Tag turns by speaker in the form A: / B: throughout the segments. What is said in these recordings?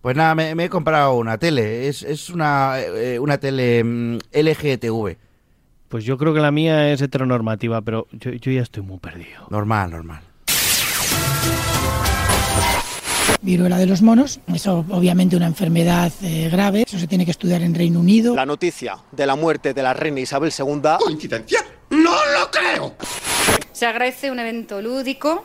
A: Pues nada, me, me he comprado una tele. Es, es una, eh, una tele mm, LG TV.
B: Pues yo creo que la mía es heteronormativa, pero yo, yo ya estoy muy perdido.
A: Normal, normal.
C: viruela de los monos. Eso obviamente una enfermedad eh, grave, eso se tiene que estudiar en Reino Unido.
D: La noticia de la muerte de la reina Isabel II.
E: ¿Coincidencia? ¡No lo creo!
F: Se agradece un evento lúdico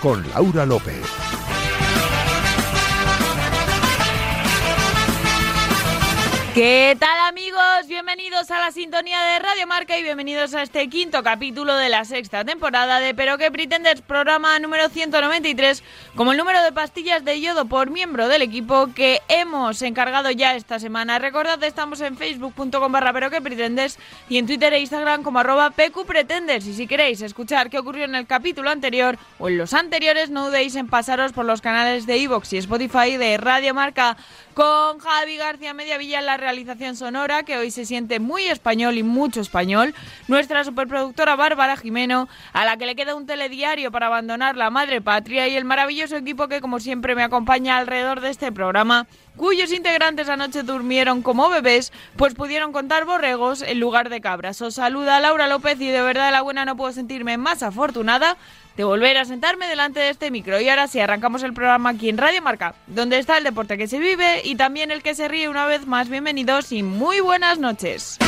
G: con Laura López.
H: ¿Qué tal amigos? Bienvenidos a la sintonía de Radio Marca y bienvenidos a este quinto capítulo de la sexta temporada de Pero qué pretendes, programa número 193, como el número de pastillas de yodo por miembro del equipo que hemos encargado ya esta semana. Recordad, estamos en facebook.com barra pero qué pretendes y en Twitter e Instagram como arroba pqpretendes. Y si queréis escuchar qué ocurrió en el capítulo anterior o en los anteriores, no dudéis en pasaros por los canales de iVoox y Spotify de Radio Marca con Javi García Mediavilla en la realización sonora, que hoy se siente muy español y mucho español, nuestra superproductora Bárbara Jimeno, a la que le queda un telediario para abandonar la madre patria, y el maravilloso equipo que como siempre me acompaña alrededor de este programa, cuyos integrantes anoche durmieron como bebés, pues pudieron contar borregos en lugar de cabras. Os saluda Laura López y de verdad de la buena no puedo sentirme más afortunada de volver a sentarme delante de este micro. Y ahora sí, arrancamos el programa aquí en Radio Marca, donde está el deporte que se vive y también el que se ríe una vez más. Bienvenidos y muy buenas noches.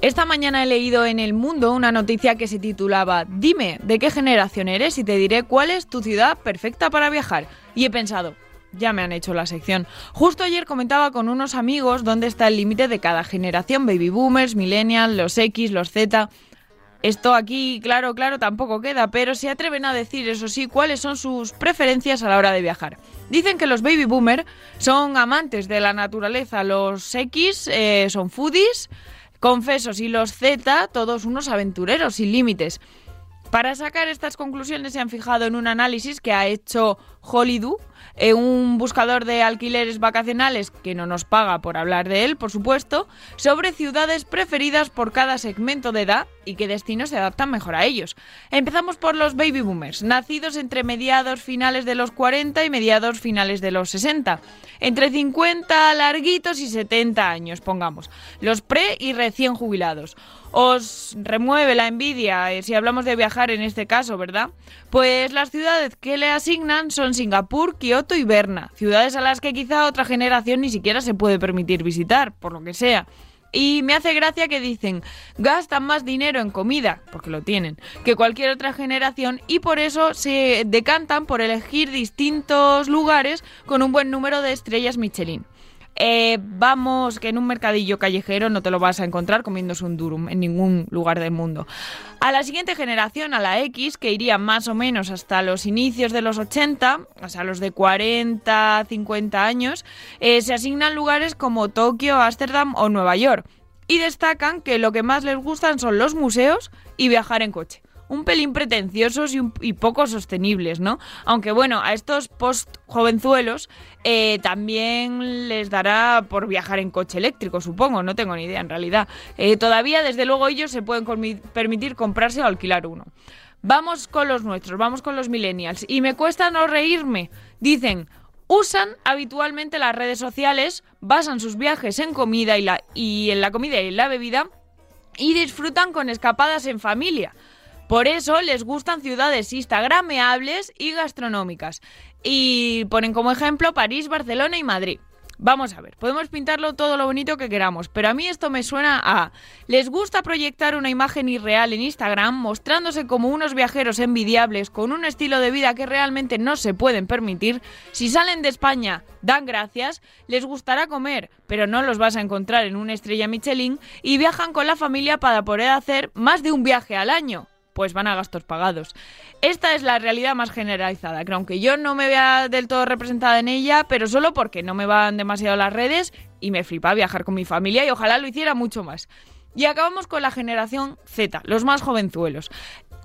H: Esta mañana he leído en El Mundo una noticia que se titulaba Dime de qué generación eres y te diré cuál es tu ciudad perfecta para viajar. Y he pensado, ya me han hecho la sección. Justo ayer comentaba con unos amigos dónde está el límite de cada generación, baby boomers, millennials, los X, los Z. Esto aquí, claro, claro, tampoco queda, pero se atreven a decir, eso sí, cuáles son sus preferencias a la hora de viajar. Dicen que los baby boomer son amantes de la naturaleza, los X eh, son foodies, confesos y los Z, todos unos aventureros sin límites. Para sacar estas conclusiones se han fijado en un análisis que ha hecho Holidoo, eh, un buscador de alquileres vacacionales que no nos paga por hablar de él, por supuesto, sobre ciudades preferidas por cada segmento de edad y qué destinos se adaptan mejor a ellos. Empezamos por los baby boomers, nacidos entre mediados finales de los 40 y mediados finales de los 60, entre 50 larguitos y 70 años, pongamos, los pre y recién jubilados. Os remueve la envidia eh, si hablamos de viajar en este caso, ¿verdad? Pues las ciudades que le asignan son Singapur, Kioto y Berna, ciudades a las que quizá otra generación ni siquiera se puede permitir visitar, por lo que sea. Y me hace gracia que dicen, gastan más dinero en comida, porque lo tienen, que cualquier otra generación y por eso se decantan por elegir distintos lugares con un buen número de estrellas Michelin. Eh, vamos, que en un mercadillo callejero no te lo vas a encontrar comiéndose un durum en ningún lugar del mundo. A la siguiente generación, a la X, que iría más o menos hasta los inicios de los 80, o sea, los de 40, 50 años, eh, se asignan lugares como Tokio, Ámsterdam o Nueva York. Y destacan que lo que más les gustan son los museos y viajar en coche un pelín pretenciosos y, un, y, poco sostenibles, ¿no? Aunque bueno, a estos post-jovenzuelos eh, también les dará por viajar en coche eléctrico, supongo, no tengo ni idea en realidad. Eh, todavía, desde luego, ellos se pueden permitir comprarse o alquilar uno. Vamos con los nuestros, vamos con los millennials. Y me cuesta no reírme. Dicen, usan habitualmente las redes sociales, basan sus viajes en comida y, la, y en la comida y en la bebida y disfrutan con escapadas en familia. Por eso les gustan ciudades instagrameables y gastronómicas. Y ponen como ejemplo París, Barcelona y Madrid. Vamos a ver, podemos pintarlo todo lo bonito que queramos, pero a mí esto me suena a... Les gusta proyectar una imagen irreal en Instagram mostrándose como unos viajeros envidiables con un estilo de vida que realmente no se pueden permitir. Si salen de España, dan gracias, les gustará comer, pero no los vas a encontrar en una estrella Michelin y viajan con la familia para poder hacer más de un viaje al año pues van a gastos pagados. Esta es la realidad más generalizada, que aunque yo no me vea del todo representada en ella, pero solo porque no me van demasiado las redes y me flipa viajar con mi familia y ojalá lo hiciera mucho más. Y acabamos con la generación Z, los más jovenzuelos.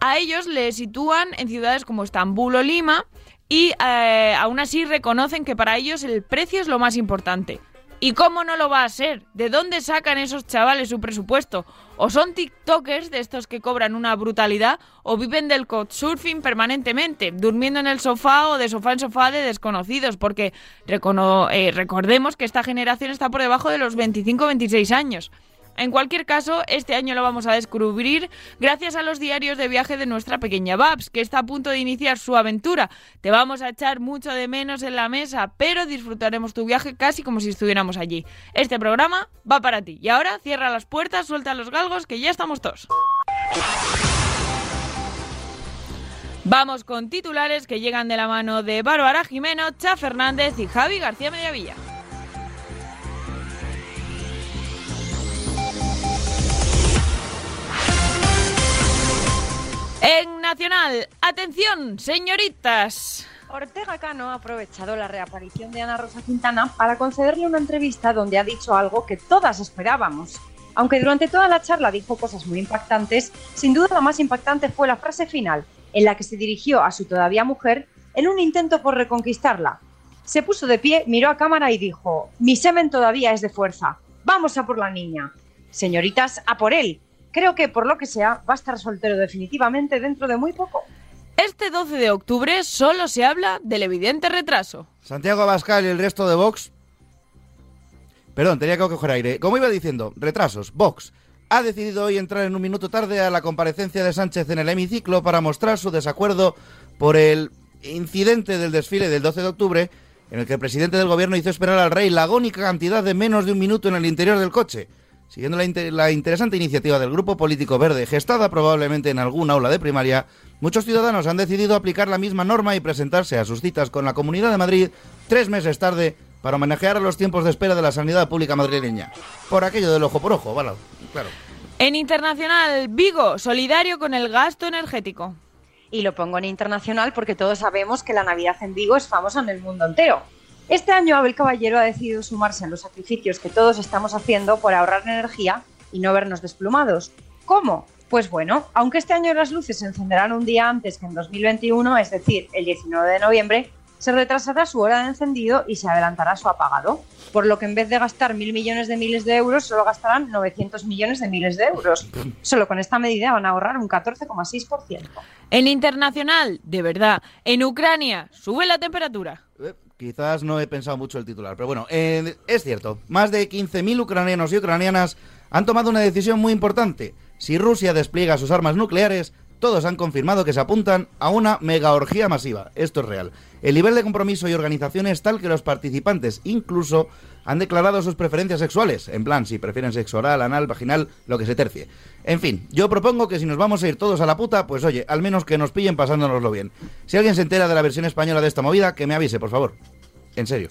H: A ellos les sitúan en ciudades como Estambul o Lima y eh, aún así reconocen que para ellos el precio es lo más importante. ¿Y cómo no lo va a ser? ¿De dónde sacan esos chavales su presupuesto? ¿O son TikTokers de estos que cobran una brutalidad? ¿O viven del couchsurfing permanentemente, durmiendo en el sofá o de sofá en sofá de desconocidos? Porque recono- eh, recordemos que esta generación está por debajo de los 25-26 años. En cualquier caso, este año lo vamos a descubrir gracias a los diarios de viaje de nuestra pequeña Babs, que está a punto de iniciar su aventura. Te vamos a echar mucho de menos en la mesa, pero disfrutaremos tu viaje casi como si estuviéramos allí. Este programa va para ti. Y ahora cierra las puertas, suelta los galgos, que ya estamos todos. Vamos con titulares que llegan de la mano de Bárbara Jimeno, Cha Fernández y Javi García Mediavilla. En Nacional, atención, señoritas.
I: Ortega Cano ha aprovechado la reaparición de Ana Rosa Quintana para concederle una entrevista donde ha dicho algo que todas esperábamos. Aunque durante toda la charla dijo cosas muy impactantes, sin duda la más impactante fue la frase final, en la que se dirigió a su todavía mujer en un intento por reconquistarla. Se puso de pie, miró a cámara y dijo, mi semen todavía es de fuerza, vamos a por la niña. Señoritas, a por él. Creo que por lo que sea va a estar soltero definitivamente dentro de muy poco.
H: Este 12 de octubre solo se habla del evidente retraso.
A: Santiago Abascal y el resto de Vox. Perdón, tenía que coger aire. Como iba diciendo, retrasos. Vox ha decidido hoy entrar en un minuto tarde a la comparecencia de Sánchez en el hemiciclo para mostrar su desacuerdo por el incidente del desfile del 12 de octubre, en el que el presidente del gobierno hizo esperar al rey la agónica cantidad de menos de un minuto en el interior del coche. Siguiendo la, inte- la interesante iniciativa del Grupo Político Verde, gestada probablemente en algún aula de primaria, muchos ciudadanos han decidido aplicar la misma norma y presentarse a sus citas con la Comunidad de Madrid tres meses tarde para homenajear a los tiempos de espera de la sanidad pública madrileña. Por aquello del ojo por ojo, ¿vale? Claro.
H: En Internacional, Vigo, solidario con el gasto energético.
I: Y lo pongo en internacional porque todos sabemos que la Navidad en Vigo es famosa en el mundo entero. Este año Abel Caballero ha decidido sumarse a los sacrificios que todos estamos haciendo por ahorrar energía y no vernos desplumados. ¿Cómo? Pues bueno, aunque este año las luces se encenderán un día antes que en 2021, es decir, el 19 de noviembre, se retrasará su hora de encendido y se adelantará su apagado, por lo que en vez de gastar mil millones de miles de euros, solo gastarán 900 millones de miles de euros. Solo con esta medida van a ahorrar un 14,6%.
H: En Internacional, de verdad, en Ucrania, sube la temperatura.
A: Quizás no he pensado mucho el titular, pero bueno, eh, es cierto. Más de 15.000 ucranianos y ucranianas han tomado una decisión muy importante. Si Rusia despliega sus armas nucleares, todos han confirmado que se apuntan a una megaorgía masiva. Esto es real. El nivel de compromiso y organización es tal que los participantes incluso han declarado sus preferencias sexuales. En plan, si prefieren sexo oral, anal, vaginal, lo que se tercie. En fin, yo propongo que si nos vamos a ir todos a la puta, pues oye, al menos que nos pillen pasándonoslo bien. Si alguien se entera de la versión española de esta movida, que me avise, por favor. En serio.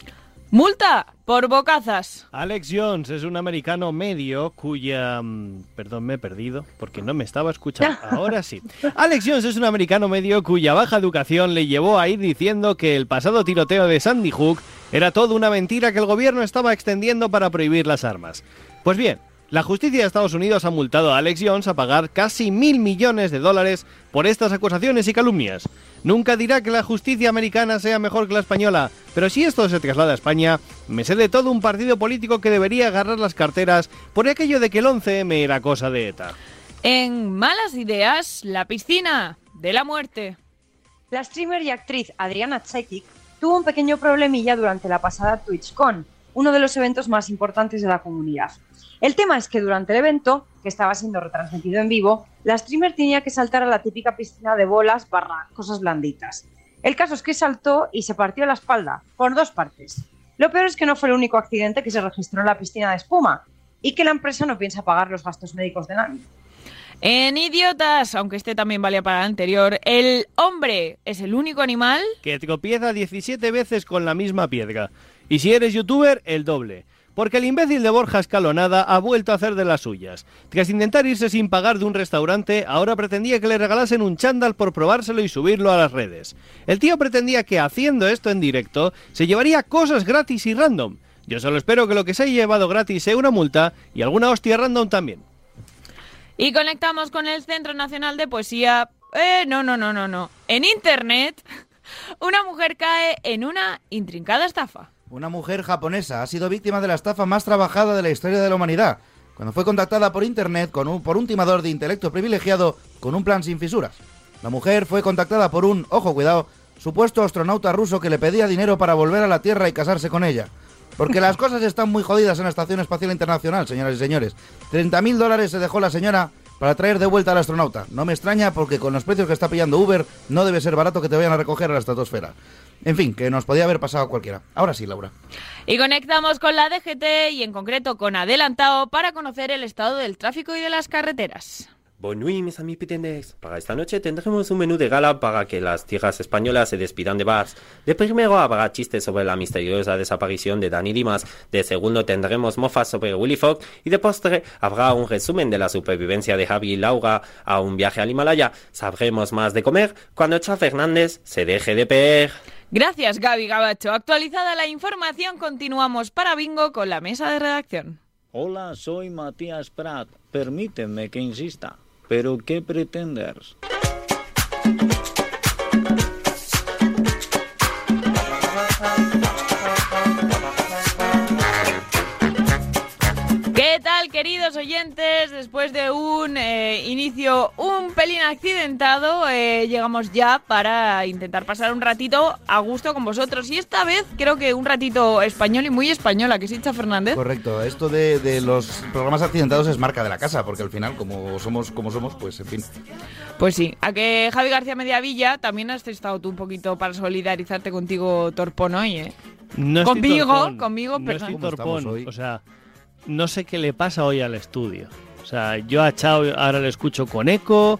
H: Multa por bocazas.
B: Alex Jones es un americano medio cuya... mm, Perdón, me he perdido porque no me estaba escuchando. Ahora sí. Alex Jones es un americano medio cuya baja educación le llevó a ir diciendo que el pasado tiroteo de Sandy Hook era todo una mentira que el gobierno estaba extendiendo para prohibir las armas. Pues bien, la justicia de Estados Unidos ha multado a Alex Jones a pagar casi mil millones de dólares por estas acusaciones y calumnias. Nunca dirá que la justicia americana sea mejor que la española, pero si esto se traslada a España, me sé de todo un partido político que debería agarrar las carteras por aquello de que el 11M era cosa de ETA.
H: En Malas Ideas, la piscina de la muerte.
I: La streamer y actriz Adriana Tsekic tuvo un pequeño problemilla durante la pasada TwitchCon, uno de los eventos más importantes de la comunidad. El tema es que durante el evento, que estaba siendo retransmitido en vivo, la streamer tenía que saltar a la típica piscina de bolas barra cosas blanditas. El caso es que saltó y se partió la espalda, por dos partes. Lo peor es que no fue el único accidente que se registró en la piscina de espuma y que la empresa no piensa pagar los gastos médicos de Nami.
H: En Idiotas, aunque este también valía para el anterior, el hombre es el único animal
B: que tropieza 17 veces con la misma piedra. Y si eres youtuber, el doble. Porque el imbécil de Borja Escalonada ha vuelto a hacer de las suyas. Tras intentar irse sin pagar de un restaurante, ahora pretendía que le regalasen un chándal por probárselo y subirlo a las redes. El tío pretendía que haciendo esto en directo, se llevaría cosas gratis y random. Yo solo espero que lo que se ha llevado gratis sea una multa y alguna hostia random también.
H: Y conectamos con el Centro Nacional de Poesía. Eh, no, no, no, no, no. En internet, una mujer cae en una intrincada estafa.
A: Una mujer japonesa ha sido víctima de la estafa más trabajada de la historia de la humanidad, cuando fue contactada por internet con un- por un timador de intelecto privilegiado con un plan sin fisuras. La mujer fue contactada por un, ojo cuidado, supuesto astronauta ruso que le pedía dinero para volver a la Tierra y casarse con ella. Porque las cosas están muy jodidas en la Estación Espacial Internacional, señoras y señores. 30.000 dólares se dejó la señora para traer de vuelta al astronauta. No me extraña porque con los precios que está pillando Uber no debe ser barato que te vayan a recoger a la estratosfera. En fin, que nos podía haber pasado a cualquiera. Ahora sí, Laura.
H: Y conectamos con la DGT y en concreto con Adelantado para conocer el estado del tráfico y de las carreteras.
J: Bonui, mis amipitendes. Para esta noche tendremos un menú de gala para que las tierras españolas se despidan de Bars. De primero habrá chistes sobre la misteriosa desaparición de Dani Dimas. De segundo tendremos mofas sobre Willy Fogg. Y de postre habrá un resumen de la supervivencia de Javi y Laura a un viaje al Himalaya. Sabremos más de comer cuando Cha Fernández se deje de peer.
H: Gracias, Gaby Gabacho. Actualizada la información, continuamos para Bingo con la mesa de redacción.
K: Hola, soy Matías Prat. Permíteme que insista. ¿Pero qué pretendes?
H: ¿Qué tal, queridos oyentes? Después de un eh, inicio un pelín accidentado, eh, llegamos ya para intentar pasar un ratito a gusto con vosotros. Y esta vez creo que un ratito español y muy española, que es Itza Fernández.
A: Correcto, esto de, de los programas accidentados es marca de la casa, porque al final, como somos, como somos, pues en fin.
H: Pues sí. A que Javi García Mediavilla también has estado tú un poquito para solidarizarte contigo, Torpón, hoy, ¿eh?
B: No estoy
H: conmigo,
B: torpón,
H: conmigo,
B: no
H: perdón.
B: estoy torpón. O sea, no sé qué le pasa hoy al estudio. O sea, yo a Chao ahora le escucho con eco.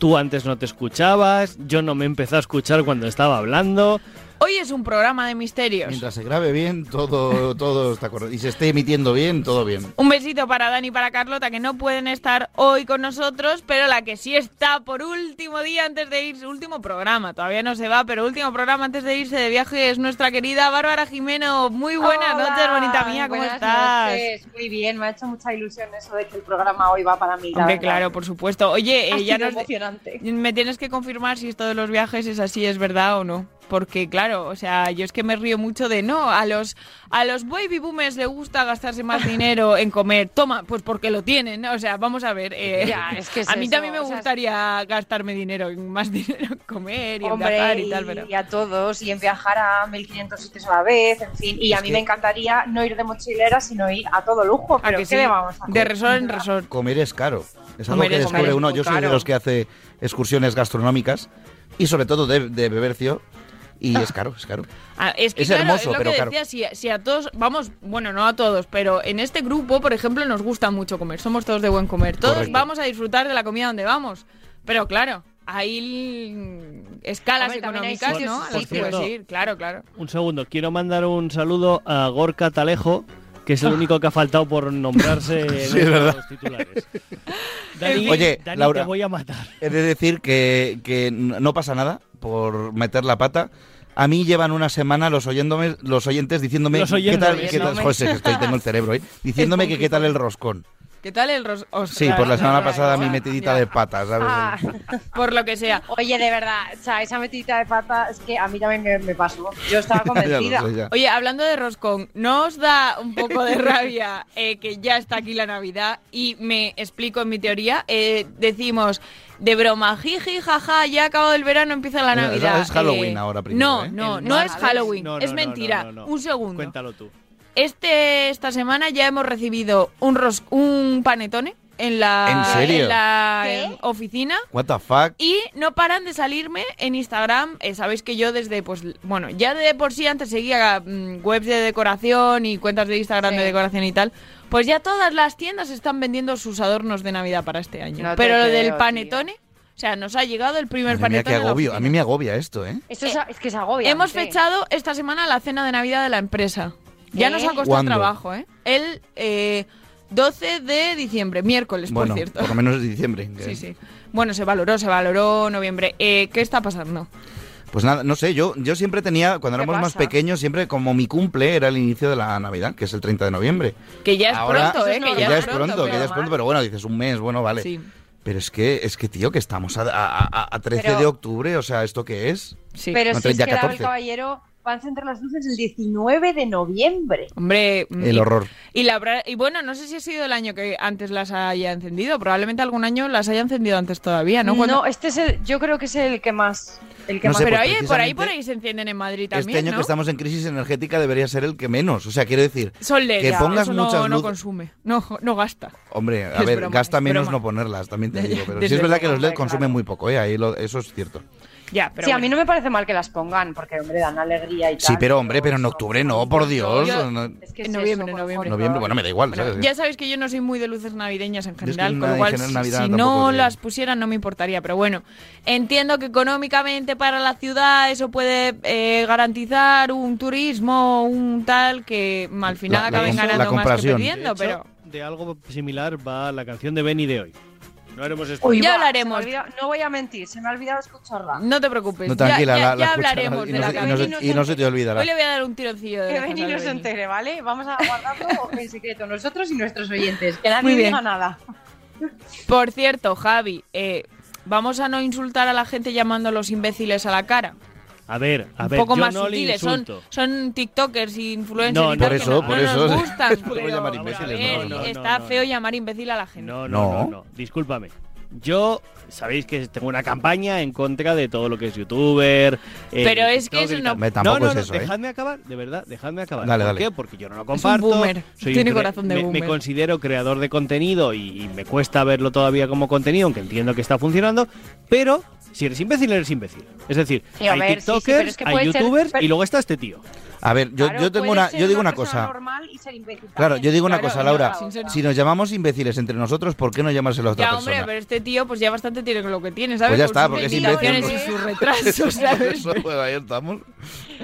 B: Tú antes no te escuchabas. Yo no me empecé a escuchar cuando estaba hablando.
H: Hoy es un programa de misterios.
A: Mientras se grabe bien, todo, todo está correcto. Y se esté emitiendo bien, todo bien.
H: Un besito para Dani y para Carlota, que no pueden estar hoy con nosotros, pero la que sí está por último día antes de irse, último programa, todavía no se va, pero último programa antes de irse de viaje es nuestra querida Bárbara Jimeno. Muy buenas
I: Hola,
H: noches, bonita mía, ¿cómo
I: buenas
H: estás?
I: noches. Muy bien, me ha hecho mucha ilusión eso de que el programa hoy va para mí. la
H: Hombre,
I: verdad.
H: claro, por supuesto. Oye, eh,
I: Ha
H: ya
I: sido
H: nos-
I: emocionante.
H: me tienes que confirmar si esto de los viajes es así, es verdad o no. Porque, claro, o sea, yo es que me río mucho de no, a los, a los baby boomers le gusta gastarse más dinero en comer. Toma, pues porque lo tienen, ¿no? O sea, vamos a ver. eh,
I: Ya, es que es
H: a mí
I: eso,
H: también me
I: o sea, es-
H: gustaría gastarme dinero, en- más dinero en comer y en
I: Hombre,
H: viajar y
I: y,
H: tal, pero.
I: y a todos, y en viajar a 1500 sitios a la vez, en fin. Y
H: Es
I: a mí
H: que-
I: me encantaría no ir de mochilera, sino ir a todo lujo. Pero
H: que
I: ¿qué
H: sí?
I: le vamos a hacer?
H: De resort en resort.
A: Comer es caro. Es algo
H: Comer
A: que
H: es
A: descubre
H: caro.
A: uno. Yo soy de
H: Caro.
A: los que hace excursiones gastronómicas y sobre todo de, de bebercio. Y es caro, es caro.
H: Ah, es que
A: Es
H: claro,
A: hermoso,
H: es lo
A: pero
H: que
A: caro.
H: decía, si, si a todos, vamos, bueno, no a todos, pero en este grupo, por ejemplo, nos gusta mucho comer, somos todos de buen comer, todos
A: Correcto.
H: vamos a disfrutar de la comida donde vamos, pero claro, hay mm, escalas
I: Hombre, también hay
H: económicas,
I: sitios
H: ¿no?
I: y
H: A las que
B: sitios.
H: puedes ir, claro, claro.
B: Un segundo, quiero mandar un saludo a Gorka Talejo, que es el único que ha faltado por nombrarse en
A: Sí,
B: uno
A: es
B: de
A: verdad.
B: los titulares. Dani,
A: Oye,
B: Dani,
A: Laura,
B: te voy a matar.
A: He de decir que, que n- no pasa nada por meter la pata. A mí llevan una semana los, oyéndome, los oyentes diciéndome
B: Los
A: qué tal,
B: oyéndome, ¿eh?
A: qué tal-
B: ¿no?
A: José, que estoy- tengo el cerebro hoy, diciéndome que qué tal el roscón.
H: ¿Qué tal el ros- os-
A: Sí, por la
H: verdad,
A: semana
H: ¿eh?
A: pasada
H: o
A: mi
H: sea,
A: metidita de patas, ¿sabes?
I: Ah.
H: Por lo que sea.
I: Oye, de verdad, o sea, esa metidita de pata es que a mí también me, me pasó. Yo estaba
A: Ya lo
I: convencida.
A: sé, ya.
H: Oye, hablando de roscón, ¿no os da un poco de rabia eh, que ya está aquí la Navidad? Y me explico en mi teoría. eh, decimos, de broma, jiji, jaja, ya ha acabado el verano, empieza la
A: No,
H: Navidad.
A: es Halloween
H: Eh,
A: ahora primero,
H: No,
A: ¿eh?
H: no,
B: El
H: no es
B: martes.
H: Halloween,
B: No, no,
H: es
B: no,
H: mentira.
B: no, no, no.
H: Un segundo.
B: Cuéntalo tú.
H: Este, esta semana ya hemos recibido un, ros- un panetone en la,
A: ¿En serio? Ah.
H: la eh, oficina.
A: What the fuck?
H: Y no paran de salirme en Instagram. Eh, Sabéis que yo desde, pues, bueno, ya de por sí antes seguía mm, webs de decoración y cuentas de Instagram de decoración y tal. Pues ya todas las tiendas están vendiendo sus adornos de Navidad para este año.
I: No te
H: Pero lo del
I: creo,
H: panetone, o sea, nos ha llegado el primer
A: Madre mía,
H: panetone.
A: qué
H: a la
A: agobio. A mí me agobia esto, ¿eh?
I: Eso es, es que es agobia.
H: Hemos
I: no sé.
H: fechado esta semana la cena de Navidad de la empresa. Ya
I: ¿Eh?
H: nos ha costado
A: ¿Cuándo?
H: trabajo, ¿eh? El eh, 12 de diciembre, miércoles,
A: bueno,
H: Pues, por cierto.
A: por lo menos es diciembre. que-
H: Sí, sí. Bueno, se valoró, se valoró noviembre. Eh, ¿Qué está pasando?
A: Pues nada, no sé, yo, yo siempre tenía, cuando
H: ¿Qué
A: éramos más
H: pasa?
A: pequeños, siempre como mi cumple era el inicio de la Navidad, que es el 30 de noviembre.
H: Que ya es
A: Ahora-
H: pronto, ¿eh?
A: Que ya es pronto, que ya es pronto, pero bueno, dices un mes, bueno, vale.
H: Sí.
A: Pero es que, es que, tío, que estamos a, a- a- a 13
I: Pero-
A: de octubre, o sea, ¿esto qué es?
I: Pero
A: No,
I: si es
A: ya
I: que la Abel
A: 14.
I: Caballero va a encender las luces el 19 de noviembre.
H: Hombre,
A: El horror.
H: Y, la, habrá- y bueno, no sé si ha sido el año que antes las haya encendido. Probablemente algún año las haya encendido antes todavía, ¿no?
I: No,
H: Cuando-
I: este es el, yo creo que es el que más. El que
A: No
I: más
A: sé,
H: pero
A: pues,
H: ahí, por ahí,
A: precisamente,
H: por ahí se encienden en Madrid
A: Este
H: también,
A: año
H: ¿no?
A: que estamos en crisis energética debería ser el que menos. O sea, quiero decir,
H: Son
A: que
H: LED,
A: pongas
H: eso no,
A: muchas
H: no
A: luces.
H: consume, no, no gasta.
A: Hombre, a
H: Es
A: ver,
H: broma,
A: gasta
H: es
A: menos
H: broma.
A: no ponerlas, también
H: Ya,
A: te digo.
H: ya,
A: Pero sí
H: desde
A: es verdad que
H: luego,
A: los LED
H: hombre,
A: consumen muy poco, ¿eh? Ahí lo- eso es cierto.
H: Ya, pero
I: sí, a
H: bueno.
I: mí no me parece mal que las pongan, porque, hombre, dan alegría y tal.
A: Sí, pero hombre, pero en octubre no, por Dios.
H: Yo-
A: no-
I: Es que
H: En
I: es
H: noviembre,
I: eso,
H: en noviembre.
A: noviembre, bueno, me da igual, ¿sabes?
H: Ya sabéis que yo no soy muy de luces navideñas en
A: que
H: general, con
A: nada
H: lo
A: en
H: cual
A: general
H: si-
A: Navidad
H: si
A: tampoco
H: no
A: te-
H: las pusieran no me importaría, pero bueno, entiendo que económicamente para la ciudad eso puede eh, garantizar un turismo, un tal que al final
B: La- la
H: acaben
B: cons- la
H: ganando más que
B: comparación.
H: perdiendo,
B: De
H: pero
B: hecho, De algo similar va la canción de Benny de hoy. No haremos esto.
I: Uy, va,
H: ya hablaremos.
I: se me ha olvidado- no voy a mentir, se me ha olvidado escucharla.
H: No te preocupes,
A: No,
H: ya,
A: tranquila, la-
H: ya-
A: la
H: ya
A: escucharás
H: hablaremos
A: y
H: de
A: no
H: la
A: se- y no se-
H: canción.
A: y no se te olvidará.
H: Hoy le voy a dar un tironcillo de
I: Que
H: orejas
I: Beni
H: al
I: no se
H: Beni.
I: entere, ¿vale? Vamos a guardarlo en secreto, nosotros y nuestros oyentes. Que
H: Muy
I: nadie
H: bien.
I: diga nada.
H: Por cierto, Javi, eh, vamos a no insultar a la gente llamándolos imbéciles a la cara.
B: A ver, a
H: un
B: ver,
H: poco
B: yo
H: más
B: no le
H: sutiles, son,
B: insulto.
H: son tiktokers y influencers
B: No,
H: y
B: no,
H: tal,
B: por
H: que
B: eso,
H: no- no
B: por
H: nos
B: eso.
H: gustan.
B: Podemos
H: pero,
B: llamar
H: a
B: imbéciles,
H: ver,
B: no, no, no,
H: está
B: no,
H: feo llamar imbécil a la gente.
B: No, no, no, no. Discúlpame. Yo, sabéis que tengo una campaña en contra de todo lo que es youtuber.
H: Pero es que eso
B: tiktoker y
H: no-
B: tal.
H: Hombre,
A: tampoco
B: no, no,
A: es
B: no,
A: eso, ¿eh?
B: Dejadme acabar, de verdad, dejadme acabar.
A: Dale,
B: ¿Por
A: dale.
B: qué? Porque yo no lo comparto.
H: boomer. Tiene
B: cre-
H: corazón de
B: me- Me
H: boomer.
B: considero creador de contenido y, y me cuesta verlo todavía como contenido, aunque entiendo que está funcionando. Pero si eres imbécil, eres imbécil. Es decir,
I: Sí, a
B: hay
I: ver, sí, sí, pero
B: tiktokers,
I: es que
B: hay
I: puede ser-
B: youtubers
I: pero-
B: y luego está este tío.
A: A ver, yo,
I: Claro,
A: yo tengo
I: puedes
A: una,
I: ser
A: yo digo una
I: persona
A: cosa.
I: normal y ser imbécil
A: Claro,
I: también.
A: yo digo una
I: Claro,
A: cosa,
I: no,
A: Laura.
I: sin ser-
A: Si nos llamamos imbéciles entre nosotros, ¿por qué no llamas a la otra
H: Ya, hombre,
A: persona?
H: pero este tío pues ya bastante tiene con lo que tiene, ¿sabes?
A: pues ya
H: Con
A: está,
H: sus
A: porque es
H: limitaciones
A: imbécil.
H: y sus retrasos, ¿sabes?
A: Eso, pues ahí estamos.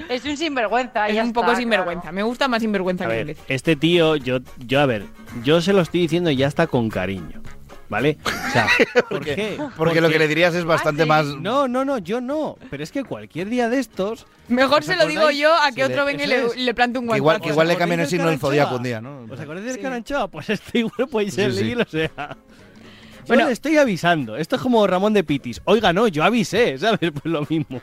I: Es un sinvergüenza.
H: Es
I: ya
H: un poco
I: está,
H: sinvergüenza. Me gusta más sinvergüenza
B: A
H: que
B: ver,
H: imbécil.
B: este tío, yo, yo, a ver, yo se lo estoy diciendo ya está con cariño, ¿vale? O sea, ¿por qué?
A: Porque, lo que le dirías es bastante más.
B: No, no, no, yo no. Pero es que cualquier día de estos.
H: Mejor
B: ¿os
H: se lo digo
B: acordáis?
H: yo a que
B: Se
H: otro venga y le,
B: eso es.
H: le plante un
A: Que
H: guantazo.
A: igual, que igual le cambian el
B: ¿Os acordáis
A: signo
B: del
A: del zodiaco
B: Caranchoa?
A: un día, ¿no?
B: ¿Os acordáis del caranchoa? Pues este igual puede ser,
A: Sí, sí.
B: Lil, o sea. Bueno, le estoy avisando. Esto es como Ramón de Pitis. Oiga, no, yo avisé, ¿sabes? Pues lo mismo.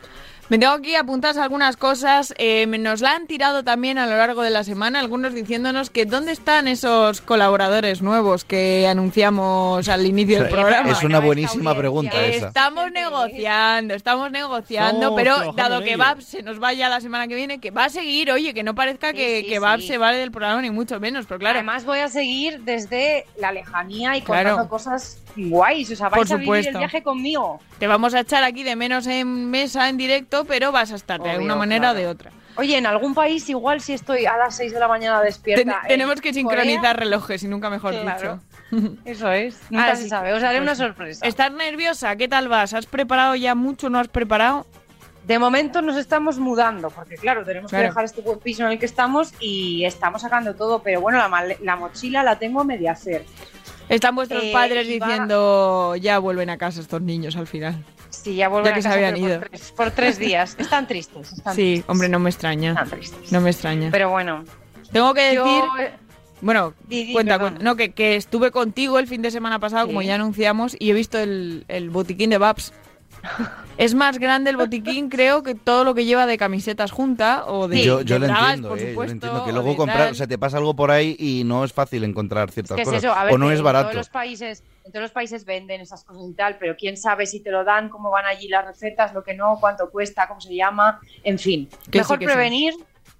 H: Me tengo aquí apuntadas algunas cosas. eh, me- nos la han tirado también a lo largo de la semana, algunos diciéndonos que dónde están esos colaboradores nuevos que anunciamos al inicio del programa.
A: Es una buenísima pregunta esa.
H: Estamos negociando, estamos negociando,
A: Estamos
H: pero
A: trabajando
H: dado
A: en
H: que
A: ello.
H: Babs se nos vaya la semana que viene, que va a seguir, oye, que no parezca que, que Babs se vale del programa ni mucho menos, pero claro.
I: Además voy a seguir desde la lejanía y
H: Claro.
I: contando cosas guays. O sea, vais
H: Por
I: a vivir el
H: supuesto.
I: viaje conmigo.
H: Te vamos a echar aquí de menos ¿eh? en mesa, en directo, pero vas a estar de
I: Obvio,
H: una manera o
I: claro.
H: de otra.
I: Oye, en algún país igual si estoy a las 6 de la mañana despierta.
H: Ten-
I: en
H: tenemos que
I: Corea,
H: sincronizar relojes y nunca mejor
I: ¿eh? Claro.
H: dicho.
I: Eso es. Nunca
H: Así
I: se
H: que,
I: sabe. Os haré
H: pues,
I: una sorpresa.
H: ¿Estás nerviosa? ¿Qué tal vas? ¿Has preparado ya mucho? ¿No has preparado?
I: De momento nos estamos mudando, porque claro, tenemos
H: Claro.
I: que dejar este buen piso en el que estamos y estamos sacando todo, pero bueno, la, male- la mochila la tengo a media hacer.
H: Están vuestros
I: Eh,
H: padres
I: iba-
H: diciendo ya vuelven a casa estos niños al final.
I: Sí, ya vuelven
H: Ya que
I: a
H: se
I: casa,
H: habían
I: pero por
H: ido.
I: tres- por tres días. Están tristes. Están
H: Sí,
I: tristes.
H: hombre, no me extraña. No me extraña.
I: Ah, Pero bueno.
H: Tengo que decir,
I: Yo-
H: bueno,
I: Di, di,
H: cuenta,
I: perdón.
H: cuenta. no que, que estuve contigo el fin de semana pasado, como
I: Sí.
H: ya anunciamos, y he visto el, el botiquín de Babs. Es más grande el botiquín, creo, que todo lo que lleva de camisetas junta o de,
A: yo yo
H: de
A: lo
H: bragas,
A: entiendo,
H: por
A: eh, yo lo
H: supuesto,
A: entiendo. Que
H: o
A: luego
H: de
A: comprar,
H: tal.
A: o sea, te pasa algo por ahí y no es fácil encontrar
I: Es
A: ciertas
I: que es
A: cosas.
I: eso, a ver,
A: o no
I: que
A: es
I: en
A: barato.
I: Todos los países, en todos los países venden esas cosas y tal, pero quién sabe si te lo dan, cómo van allí las recetas, lo que no, cuánto cuesta, cómo se llama, en fin.
H: Que
I: Mejor
H: sí, que sí.
I: prevenir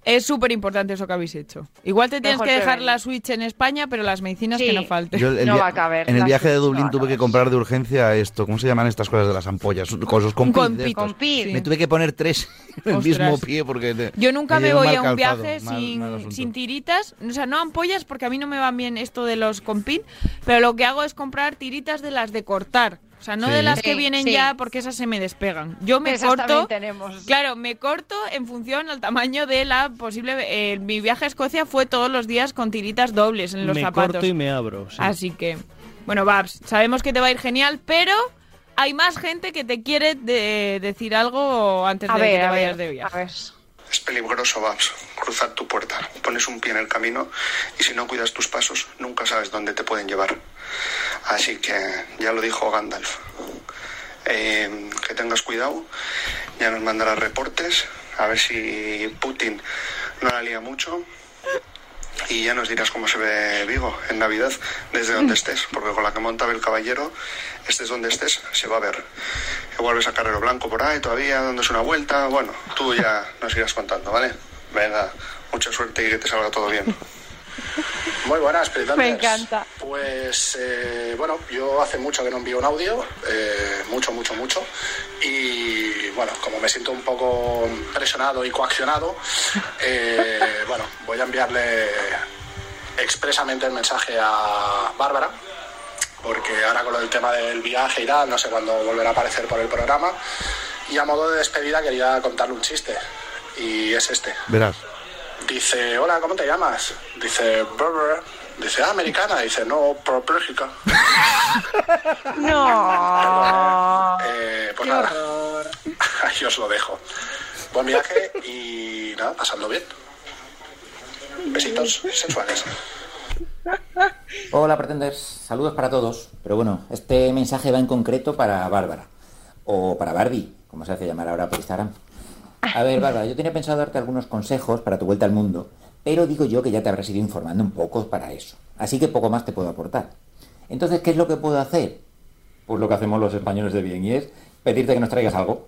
H: Es súper importante eso que habéis hecho. Igual te tienes
I: Mejor
H: que
I: que
H: dejar
I: venir.
H: la Switch en España, pero las medicinas que no falten.
A: Yo el via- En el viaje de Dublín tuve que comprar de urgencia esto. ¿Cómo se llaman estas cosas de las ampollas? Con sus compis de estos. Me tuve que poner tres en el
H: Ostras.
A: mismo pie porque. te-
H: Yo nunca me
A: llevo
H: voy
A: mal
H: a un
A: calzado.
H: viaje
A: Mal-
H: sin,
A: mal asunto.
H: sin tiritas, o sea, no ampollas porque a mí no me van bien esto de los compin, pero lo que hago es comprar tiritas de las de cortar, o sea, no
I: Sí.
H: de las que
I: Sí,
H: vienen
I: sí.
H: ya porque esas se me despegan. Yo me
I: Esas también
H: corto,
I: tenemos.
H: claro, me corto en función al tamaño de la posible. eh, mi viaje a Escocia fue todos los días con tiritas dobles en los
B: me
H: zapatos.
B: corto y me abro. sí.
H: Así que, bueno, Babs, sabemos que te va a ir genial, pero hay más gente que te quiere de- decir algo antes
I: A
H: de que
I: ver,
H: te
I: a
H: vayas
I: ver,
H: de viaje.
E: Es peligroso, Babs, cruzar tu puerta. Pones un pie en el camino y si no cuidas tus pasos, nunca sabes dónde te pueden llevar. Así que ya lo dijo Gandalf. Eh, que tengas cuidado, ya nos mandarás reportes, a ver si Putin no la lía mucho y ya nos dirás cómo se ve Vigo en Navidad desde donde estés, porque con la que monta el caballero, estés donde estés, se va a ver. Que vuelves a Carrero Blanco por ahí todavía, dándose una vuelta. Bueno, tú ya nos irás contando, ¿vale? Venga, mucha suerte y que te salga todo bien. Muy buenas,
I: Me encanta.
E: Pues eh, bueno, yo hace mucho que no envío un audio, eh, mucho, mucho, mucho. Y bueno, como me siento un poco presionado y coaccionado, eh, bueno, voy a enviarle expresamente el mensaje a Bárbara, porque ahora con lo del tema del viaje y tal, no sé cuándo volverá a aparecer por el programa. Y a modo de despedida quería contarle un chiste, y es este.
A: Verás.
E: Dice, hola, ¿cómo te llamas? Dice, Berber. Dice, ah, americana. Dice, no, propléjica.
I: No.
E: Eh, pues nada, ahí os lo dejo. Buen viaje y nada, pasando bien. Besitos sensuales.
L: Hola, pretenders. Saludos para todos. Pero bueno, este mensaje va en concreto para Bárbara. O para Barbie, como se hace llamar ahora por Instagram. A ver, Bárbara, yo tenía pensado darte algunos consejos para tu vuelta al mundo, pero digo yo que ya te habrás ido informando un poco para eso. Así que poco más te puedo aportar. Entonces, ¿qué es lo que puedo hacer? Pues lo que hacemos los españoles de bien, y es pedirte que nos traigas algo.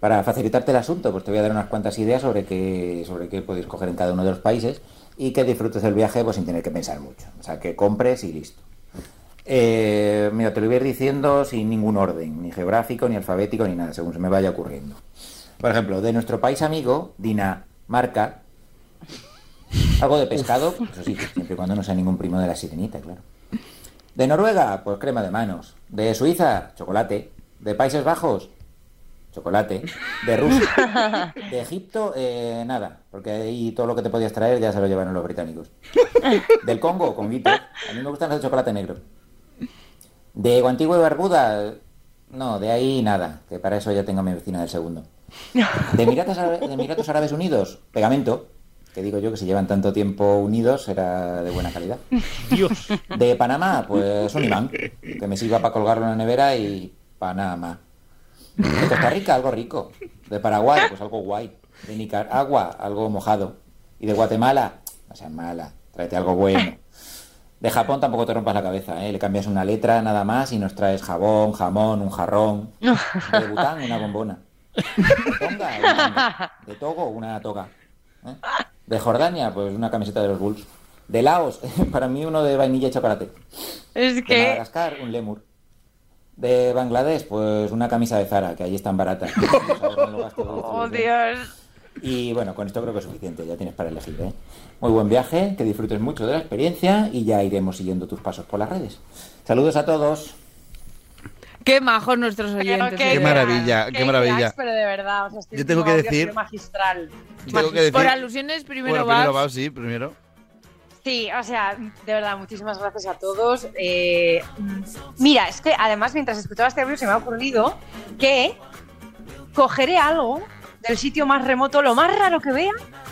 L: Para facilitarte el asunto, pues te voy a dar unas cuantas ideas sobre qué, sobre qué podéis coger en cada uno de los países y que disfrutes el viaje pues, sin tener que pensar mucho. O sea, que compres y listo. Eh, mira, te lo voy a ir diciendo sin ningún orden, ni geográfico, ni alfabético, ni nada, según se me vaya ocurriendo. Por ejemplo, de nuestro país amigo, Dinamarca, algo de pescado, eso sí, siempre y cuando no sea ningún primo de la sirenita, claro. De Noruega, pues crema de manos. De Suiza, chocolate. De Países Bajos, chocolate. De Rusia, de Egipto, eh, nada, porque ahí todo lo que te podías traer ya se lo llevaron los británicos. Del Congo, Conguito. A mí me gustan los de chocolate negro. De Guantigua y Barbuda, no, de ahí nada, que para eso ya tengo a mi vecina del segundo. De Emiratos, Ára- de Emiratos Árabes Unidos, pegamento, que digo yo que si llevan tanto tiempo unidos será de buena calidad.
B: Dios.
L: De Panamá, pues un imán, que me sirva para colgarlo en la nevera y Panamá. De Costa Rica, algo rico. De Paraguay, pues algo guay. De Nicaragua, algo mojado. Y de Guatemala, no seas mala, tráete algo bueno. De Japón tampoco te rompas la cabeza, ¿eh? le cambias una letra nada más y nos traes jabón, jamón, un jarrón. De Bután, una bombona. De Tonga, una manga. De Togo, una toga. ¿eh? De Jordania, pues una camiseta de los Bulls. De Laos, para mí uno de vainilla y chocolate.
H: Es
L: De
H: que
L: Madagascar, un lemur. De Bangladesh, pues una camisa de Zara, que allí están baratas.
I: Oh, Dios.
L: Y bueno, con esto creo que es suficiente, ya tienes para elegir, ¿eh? Muy buen viaje, que disfrutes mucho de la experiencia y ya iremos siguiendo tus pasos por las redes. Saludos a todos.
H: qué majos nuestros oyentes. eh.
A: qué
H: de verdad.
A: maravilla, qué maravilla.
I: cracks, pero de verdad, o sea, este
A: Yo tengo que
I: audio ha sido
A: decir-
I: magistral.
A: Tengo que decir-
H: Por alusiones primero
A: bueno, primero
H: Babs.
A: Babs, sí, primero.
I: Sí, o sea, de verdad, muchísimas gracias a todos. Eh, mira, es que además mientras escuchaba este audio se me ha ocurrido que cogeré algo del sitio más remoto, lo más raro que vea,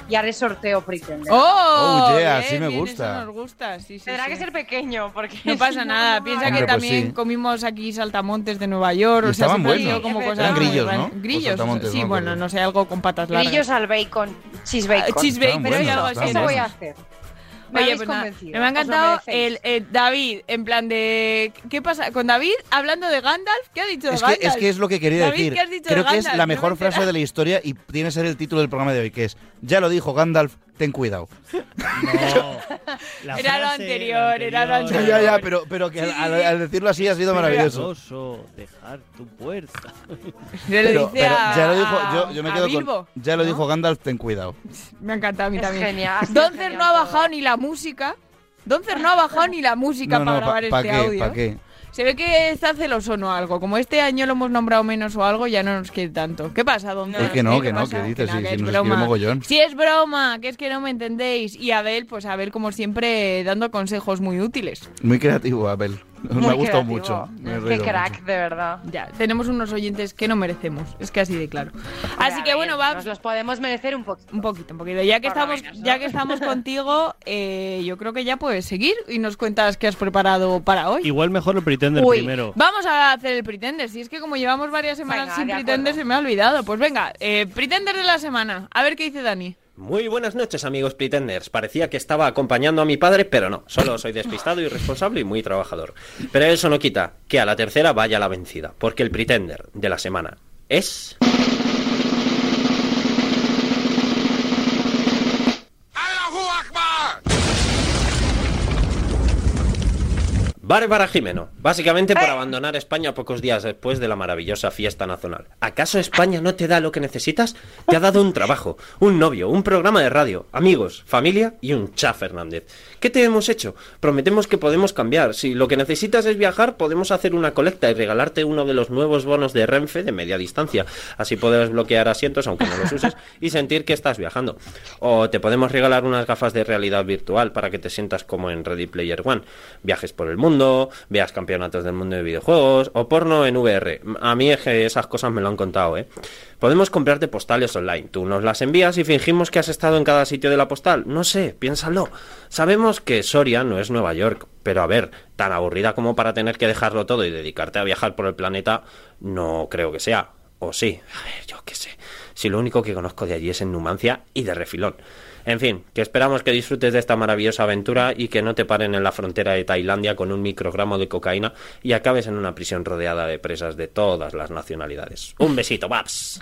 I: y haré sorteo Pretender.
H: Oh,
A: Oh, yeah,
H: bien,
A: sí me
H: bien,
A: gusta.
H: eso nos gusta, sí, sí,
I: Tendrá
H: sí.
I: que ser pequeño porque
H: No pasa nada, piensa
A: Hombre,
H: que
A: pues
H: también
A: sí.
H: comimos aquí saltamontes de Nueva York,
A: Y
H: o sea,
A: estaban
H: siempre ha sido
A: buenos.
H: como
A: Eran
H: cosas
A: grillos,
H: muy raras.
A: ¿no? O
H: Grillos,
A: saltamontes,
H: sí,
A: no me
H: bueno, no sé, algo con patas largas.
I: Grillos al bacon, cheese bacon.
H: Ah, cheese bacon,
I: pero
H: Estaban
I: eso,
H: buenos, estaban
I: eso voy a
H: buenos.
I: hacer. Me
H: Oye,
I: habéis
H: pues nada,
I: convencido,
H: me ha
I: os lo
H: encantado el,
I: merecéis.
H: el David, en plan de. ¿Qué pasa? Con David hablando de Gandalf, ¿qué ha dicho de
A: Es que,
H: Gandalf?
A: es que es lo que quería
H: David,
A: decir.
H: ¿qué has dicho de
A: Creo que es
H: Gandalf?
A: la
H: No me
A: mejor
H: entera.
A: frase de la historia y tiene que ser el título del programa de hoy, que es, ya lo dijo Gandalf, ten cuidado.
H: Era lo anterior, era lo
A: Ya,
H: anterior.
A: ya, ya, pero, pero que al, al- al decirlo así ha sido maravilloso.
B: Maravilloso dejar tu puerta.
A: Pero,
H: dice
A: pero
H: a-
A: ya lo dijo, yo, yo me
H: a
A: quedo con,
H: Bilbo,
A: ya lo dijo Gandalf, ten cuidado.
H: Me ha encantado a mí
I: Es
H: también.
I: genial, ha sido
H: Doncer no ha bajado ni la música. Doncer no ha bajado ni la música
A: No,
H: para
A: no,
H: grabar
A: pa- pa'
H: este
A: qué,
H: audio.
A: pa' qué.
H: Se ve que está celoso o algo. Como este año lo hemos nombrado menos o algo, ya no nos quiere tanto. ¿Qué pasa, Doncer?
A: Es Pues que no,
H: ¿Qué
A: que no,
H: pasa?
A: que dices,
H: nada,
A: sí,
H: que
A: sí,
H: es
A: nos escribe
H: broma.
A: mogollón.
H: Si es broma, que es que no me entendéis. Y Abel, pues Abel, como siempre, dando consejos muy útiles.
A: Muy creativo, Abel. me ha
H: Muy creativo.
A: gustado mucho. me he
I: Qué
A: reído
I: crack,
A: mucho.
I: de verdad.
H: Ya, tenemos unos oyentes que no merecemos. Es que así de claro. Así que bueno, vamos.
I: Nos los podemos merecer un poquito.
H: Un poquito, un poquito. Ya que
I: Por lo
H: estamos,
I: menos, ¿no?
H: ya que estamos contigo, eh, yo creo que ya puedes seguir y nos cuentas qué has preparado para hoy.
B: Igual mejor el Pretender
H: Uy,
B: primero.
H: Vamos a hacer el Pretender. Si es que como llevamos varias semanas
I: Venga,
H: sin
I: de
H: Pretender, se me ha olvidado. Pues venga, eh, Pretender de la semana. A ver qué dice Dani.
J: Muy buenas noches, amigos Pretenders. Parecía que estaba acompañando a mi padre, pero no. Solo soy despistado, irresponsable y muy trabajador. Pero eso no quita que a la tercera vaya la vencida, porque el Pretender de la semana es. Bárbara Jimeno, básicamente por abandonar España pocos días después de la maravillosa fiesta nacional. ¿Acaso España no te da lo que necesitas? Te ha dado un trabajo, un novio, un programa de radio, amigos, familia y un cha Fernández. ¿Qué te hemos hecho? Prometemos que podemos cambiar. Si lo que necesitas es viajar, podemos hacer una colecta y regalarte uno de los nuevos bonos de Renfe de media distancia. Así podrás bloquear asientos aunque no los uses y sentir que estás viajando. O te podemos regalar unas gafas de realidad virtual para que te sientas como en Ready Player One. Viajes por el mundo, veas campeonatos del mundo de videojuegos o porno en VR. A mí es que esas cosas me lo han contado, ¿eh? Podemos comprarte postales online. Tú nos las envías y fingimos que has estado en cada sitio de la postal. No sé, piénsalo. Sabemos que Soria no es Nueva York, pero a ver, tan aburrida como para tener que dejarlo todo y dedicarte a viajar por el planeta, no creo que sea. O sí, a ver, yo qué sé. Si lo único que conozco de allí es en Numancia y de refilón. En fin, que esperamos que disfrutes de esta maravillosa aventura y que no te paren en la frontera de Tailandia con un microgramo de cocaína y acabes en una prisión rodeada de presas de todas las nacionalidades. Un besito, Babs.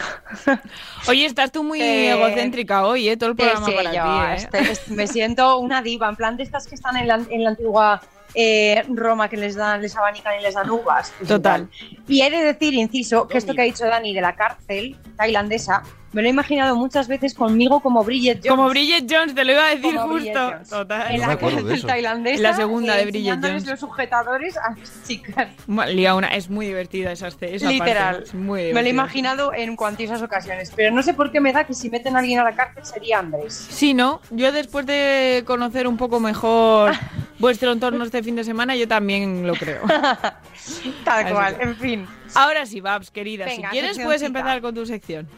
H: Oye, estás tú muy
I: Eh,
H: egocéntrica hoy, ¿eh? Todo el
I: Sí,
H: programa
I: sí,
H: para
I: yo
H: ti, ¿eh?
I: este- este- me siento una diva, en plan de estas que están en la, en la antigua eh, Roma que les dan, les abanican y les dan uvas. pues
H: Total.
I: igual. Y he de decir, inciso, que esto que ha dicho Dani de la cárcel tailandesa, me lo he imaginado muchas veces conmigo como Bridget Jones.
H: Como Bridget Jones, te lo iba a decir
I: Como Bridget
H: justo.
I: Jones.
H: Total.
I: En la cárcel tailandesa. eh,
H: La segunda de Bridget
I: enseñándoles
H: Jones.
I: los sujetadores a las chicas.
H: Bueno, lía una- es muy divertida esa, escena, esa parte,
I: Literal.
H: es muy
I: Me lo he
H: divertida.
I: imaginado en cuantiosas ocasiones, pero no sé por qué me da que si meten a alguien a la cárcel sería Andrés.
H: Sí, ¿no? Yo después de conocer un poco mejor vuestro entorno este fin de semana, yo también lo creo.
I: Tal
H: Así
I: cual,
H: que-
I: en fin.
H: Ahora sí, Babs, querida,
I: Venga,
H: si quieres puedes
I: seccioncita.
H: empezar con tu sección.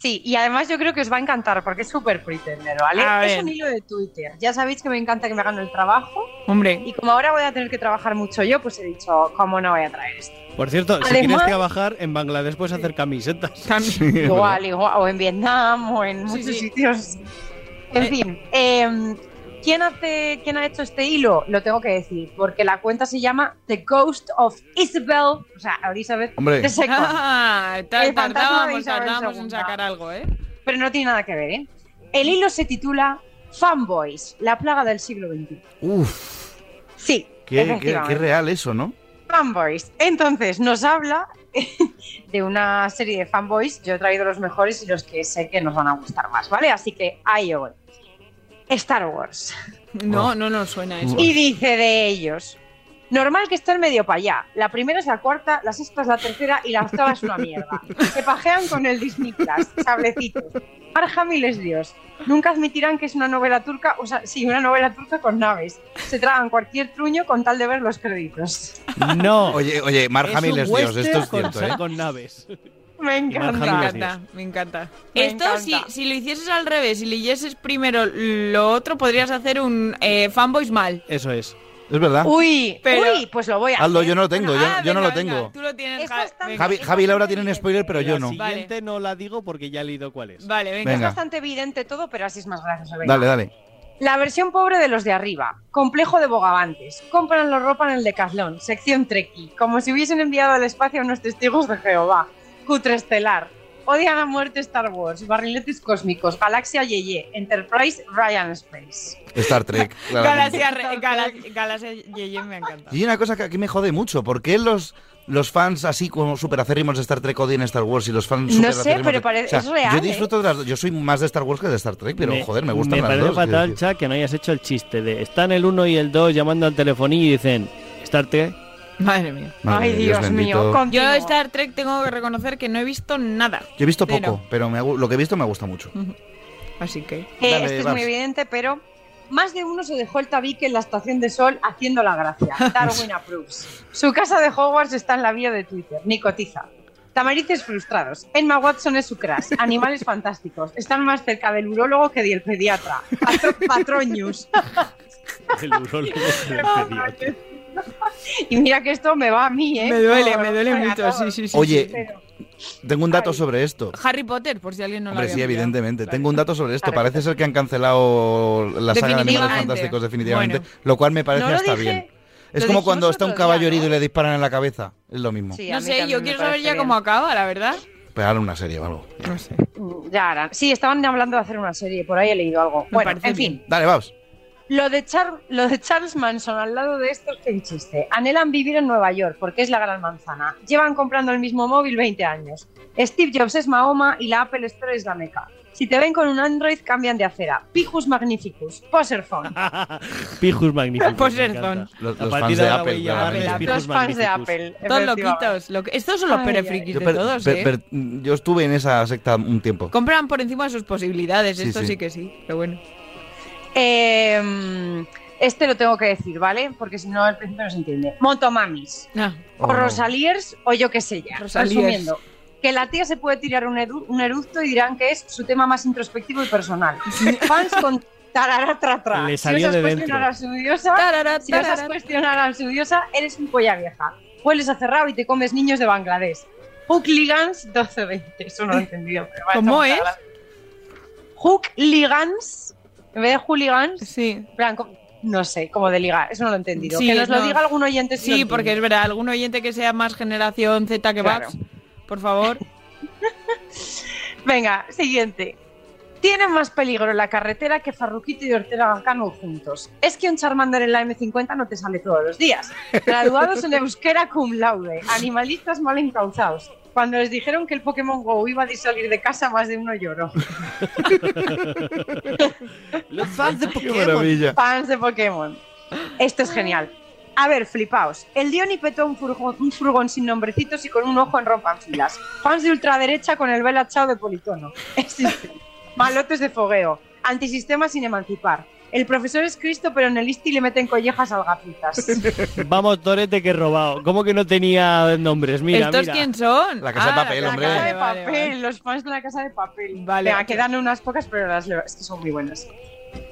I: Sí, y además yo creo que os va a encantar porque es súper pretender, ¿vale?
H: A
I: es
H: ver.
I: un hilo de Twitter. Ya sabéis que me encanta que me hagan el trabajo.
H: Hombre.
I: Y como ahora voy a tener que trabajar mucho yo, pues he dicho, ¿cómo no voy a traer esto?
B: Por cierto, si
I: Además-
B: quieres trabajar en Bangladesh puedes hacer camisetas.
I: Igual, igual, o en Vietnam, o en muchos sitios. En
H: Eh.
I: fin, em, ¿quién, hace, ¿quién ha hecho este hilo? Lo tengo que decir, porque la cuenta se llama The Ghost of Isabel, o sea, Elizabeth
A: Hombre.
I: II.
H: Ah, ta-
I: El fantasma de
H: tardábamos,
I: Isabel
H: tardábamos en
I: II.
H: sacar algo, ¿eh?
I: Pero no tiene nada que ver, ¿eh? El hilo se titula Fanboys, la plaga del siglo XXI.
A: Uf,
I: Sí,
A: qué, qué,
I: efectivamente.
A: qué real eso, ¿no?
I: fanboys. Entonces, nos habla de una serie de fanboys. Yo he traído los mejores y los que sé que nos van a gustar más, ¿vale? Así que ahí yo voy. Star Wars.
H: No, no nos suena eso.
I: Y dice de ellos. Normal que estén medio para allá. La primera es la cuarta, la sexta es la tercera y la octava es una mierda. Se pajean con el Disney Plus, sablecito. Marjamil es Dios. Nunca admitirán que es una novela turca, o sea, sí, una novela turca con naves. Se tragan cualquier truño con tal de ver los créditos.
B: No.
A: Oye, oye, Mark
B: Es
A: Hamill
B: un
A: es Dios, esto
B: western
A: es cierto,
B: con,
A: ¿eh?
B: con naves.
I: Me
B: Mark
H: Me
I: encanta.
B: Hamill es
H: encanta, me encanta.
I: Me
H: Esto, Si,
I: encanta.
H: si lo hicieses al revés, si leyeses primero lo otro, podrías hacer un eh, fanboys mal.
B: Eso es.
A: Es verdad.
I: Uy,
H: Pero-
I: uy, pues lo voy a hacer.
A: Aldo, yo no lo tengo, yo,
H: Ah,
A: yo no
H: venga,
A: lo
H: venga,
A: tengo.
H: Tú lo tienes,
I: Eso
H: Ja-
I: está
H: venga.
A: Javi, Javi y Laura tienen spoiler, pero yo
B: la
A: no.
B: siguiente no la digo porque ya he leído cuál es.
H: Vale, venga.
I: Es
A: Venga.
I: bastante evidente todo, pero así es más gracioso. venga.
A: Dale, dale.
I: La versión pobre de los de arriba. Complejo de bogavantes. Compran la ropa en el Decathlon, sección Treki, como si hubiesen enviado al espacio a unos testigos de Jehová. Cutre estelar. Odian a muerte Star Wars, barriletes cósmicos, Galaxia Yeye, Enterprise Ryan Space.
A: Star Trek. claramente.
H: Galaxia, Re- Gala- Galaxia Yeye me encanta.
A: Y hay una cosa que aquí me jode mucho, ¿por qué los, los fans así como superacérrimos de Star Trek odian Star Wars y los fans
I: No sé,
A: superacérrimos
I: pero
A: de-
I: parece-
A: o sea,
I: es real,
A: Yo disfruto de las dos. Yo soy más de Star Wars que de Star Trek, pero joder, me gustan las
B: parece
A: dos. quiero
B: fatal,
A: decir.
B: Cha, que no hayas hecho el chiste de están el 1 y el 2 llamando al telefonillo y dicen, estarte.
H: Madre mía.
A: Madre Ay, de Dios Dios mío, bendito.
H: Yo Star Trek tengo que reconocer que no he visto nada.
A: Yo he visto poco,
H: Cero.
A: pero me ha gu- lo que he visto me gusta mucho.
H: Así que.
I: Eh,
A: Dale,
I: este es
A: Barbs.
I: muy evidente, pero más de uno se dejó el tabique en la estación de sol haciendo la gracia. Darwin approves. Su casa de Hogwarts está en la vía de Twitter, ni cotiza. Tamarices frustrados. Emma Watson es su crush. Animales fantásticos. Están más cerca del urólogo que del pediatra. Patro- Patroñus.
B: El urólogo que le
H: Oh,
B: pedía.
I: Y mira que esto me va a mí, ¿eh?
H: Me duele,
I: No,
H: me duele
I: no, a
H: mucho,
I: todos.
H: sí, sí, sí.
A: Oye,
I: Pero-
A: Tengo un dato sobre esto.
H: Harry Potter, por si alguien no lo
A: Hombre,
H: había
A: sí,
H: pillado.
A: evidentemente. Tengo un dato sobre esto. Parece ser que han cancelado la saga de Animales
H: Definitivamente.
A: Fantásticos definitivamente, lo cual me parece
H: No lo
A: hasta
H: dije-
A: bien. Es
H: lo
A: como
H: dijimos
A: cuando está un
H: otro día,
A: caballo herido y le disparan en la cabeza. Es lo mismo.
I: Sí, a
H: No
I: mí
H: sé,
I: también
H: yo
I: me
H: quiero saber
I: parece
H: ya
I: bien.
H: cómo acaba, la verdad.
A: Pegar una serie o algo.
I: Ya harán. Sí, estaban hablando de hacer una serie, por ahí he leído algo. bueno, en fin.
A: Dale, vamos.
I: Lo de, Char- lo de Charles Manson al lado de estos que chiste. Anhelan vivir en Nueva York porque es la gran manzana. Llevan comprando el mismo móvil 20 años. Steve Jobs es Mahoma y la Apple Store es la meca. Si te ven con un Android, cambian de acera. Pijus Magnificus, Poser Phone.
B: Pijus magníficos.
H: Pues
B: me
H: perdón.
B: encanta.
A: Los-
B: A
A: los
B: partir
A: fans
B: de
A: de
B: ahora
A: Apple,
B: voy a llamarles
A: claramente.
B: Pijus
I: Los fans de
B: magníficos.
I: Apple.
H: Todos
I: efectivamente.
H: loquitos. lo- Estos son los
I: Ay,
H: perefrikis
A: Yo,
H: de
A: per-
H: todos,
A: per-
H: ¿eh?
A: per- yo estuve en esa secta un tiempo.
H: Compran por encima de sus posibilidades,
A: Sí,
H: esto
A: sí.
H: sí que sí, pero bueno.
I: Eh, este lo tengo que decir, ¿vale? Porque si no, al principio no se entiende. Motomamis. O
H: Oh.
I: Rosaliers o yo qué sé ya.
H: Rosaliers.
I: Resumiendo, que la tía se puede tirar un, edu- un eructo y dirán que es su tema más introspectivo y personal. Fans con tarara tra, tra.
B: Le salió
I: si osas
B: de dentro.
I: cuestionar a su diosa,
H: Tarara,
I: si osas
H: tarara.
I: cuestionar a su diosa, eres un polla vieja. Hueles a cerrado y te comes niños de Bangladesh. Hookligans 1220. Eso no lo he entendido. pero vale,
H: ¿Cómo
I: estamos
H: es?
I: hablando. Hookligans en vez de hooligans.
H: Sí.
I: no sé, como de ligar. Eso no lo he entendido.
H: Sí,
I: que nos lo
H: no.
I: diga algún oyente. si lo
H: Sí, porque es
I: entiende.
H: verdad, algún oyente que sea más generación Z que
I: Claro.
H: Babs, por favor.
I: Venga, siguiente. Tienen más peligro la carretera que Farruquito y Ortega Cano juntos. Es que un Charmander en la M50 no te sale todos los días. Graduados en euskera cum laude, animalistas mal encauzados. Cuando les dijeron que el Pokémon GO iba a salir de casa, más de uno lloró.
B: Los
I: fans de
A: Pokémon. maravilla.
I: Fans de Pokémon. Esto es genial. A ver, flipaos. El Diony petó un furgón, un furgón sin nombrecitos y con un ojo en rompanfilas. Fans de ultraderecha con el vela chao de politono. Existen. Malotes de fogueo. Antisistema sin emancipar. El profesor es Cristo, pero en el ISTI le meten collejas al gafitas.
B: Vamos, Torete, que he robado. ¿Cómo que no tenía nombres? Mira,
H: ¿Estos
B: mira.
H: quién son?
B: La Casa de Papel,
H: la
B: hombre.
H: Casa
I: de
H: de Papel.
I: papel, los fans de la casa de papel.
H: Vale.
I: Venga, quedan unas pocas, pero las leo. Es que son muy buenas.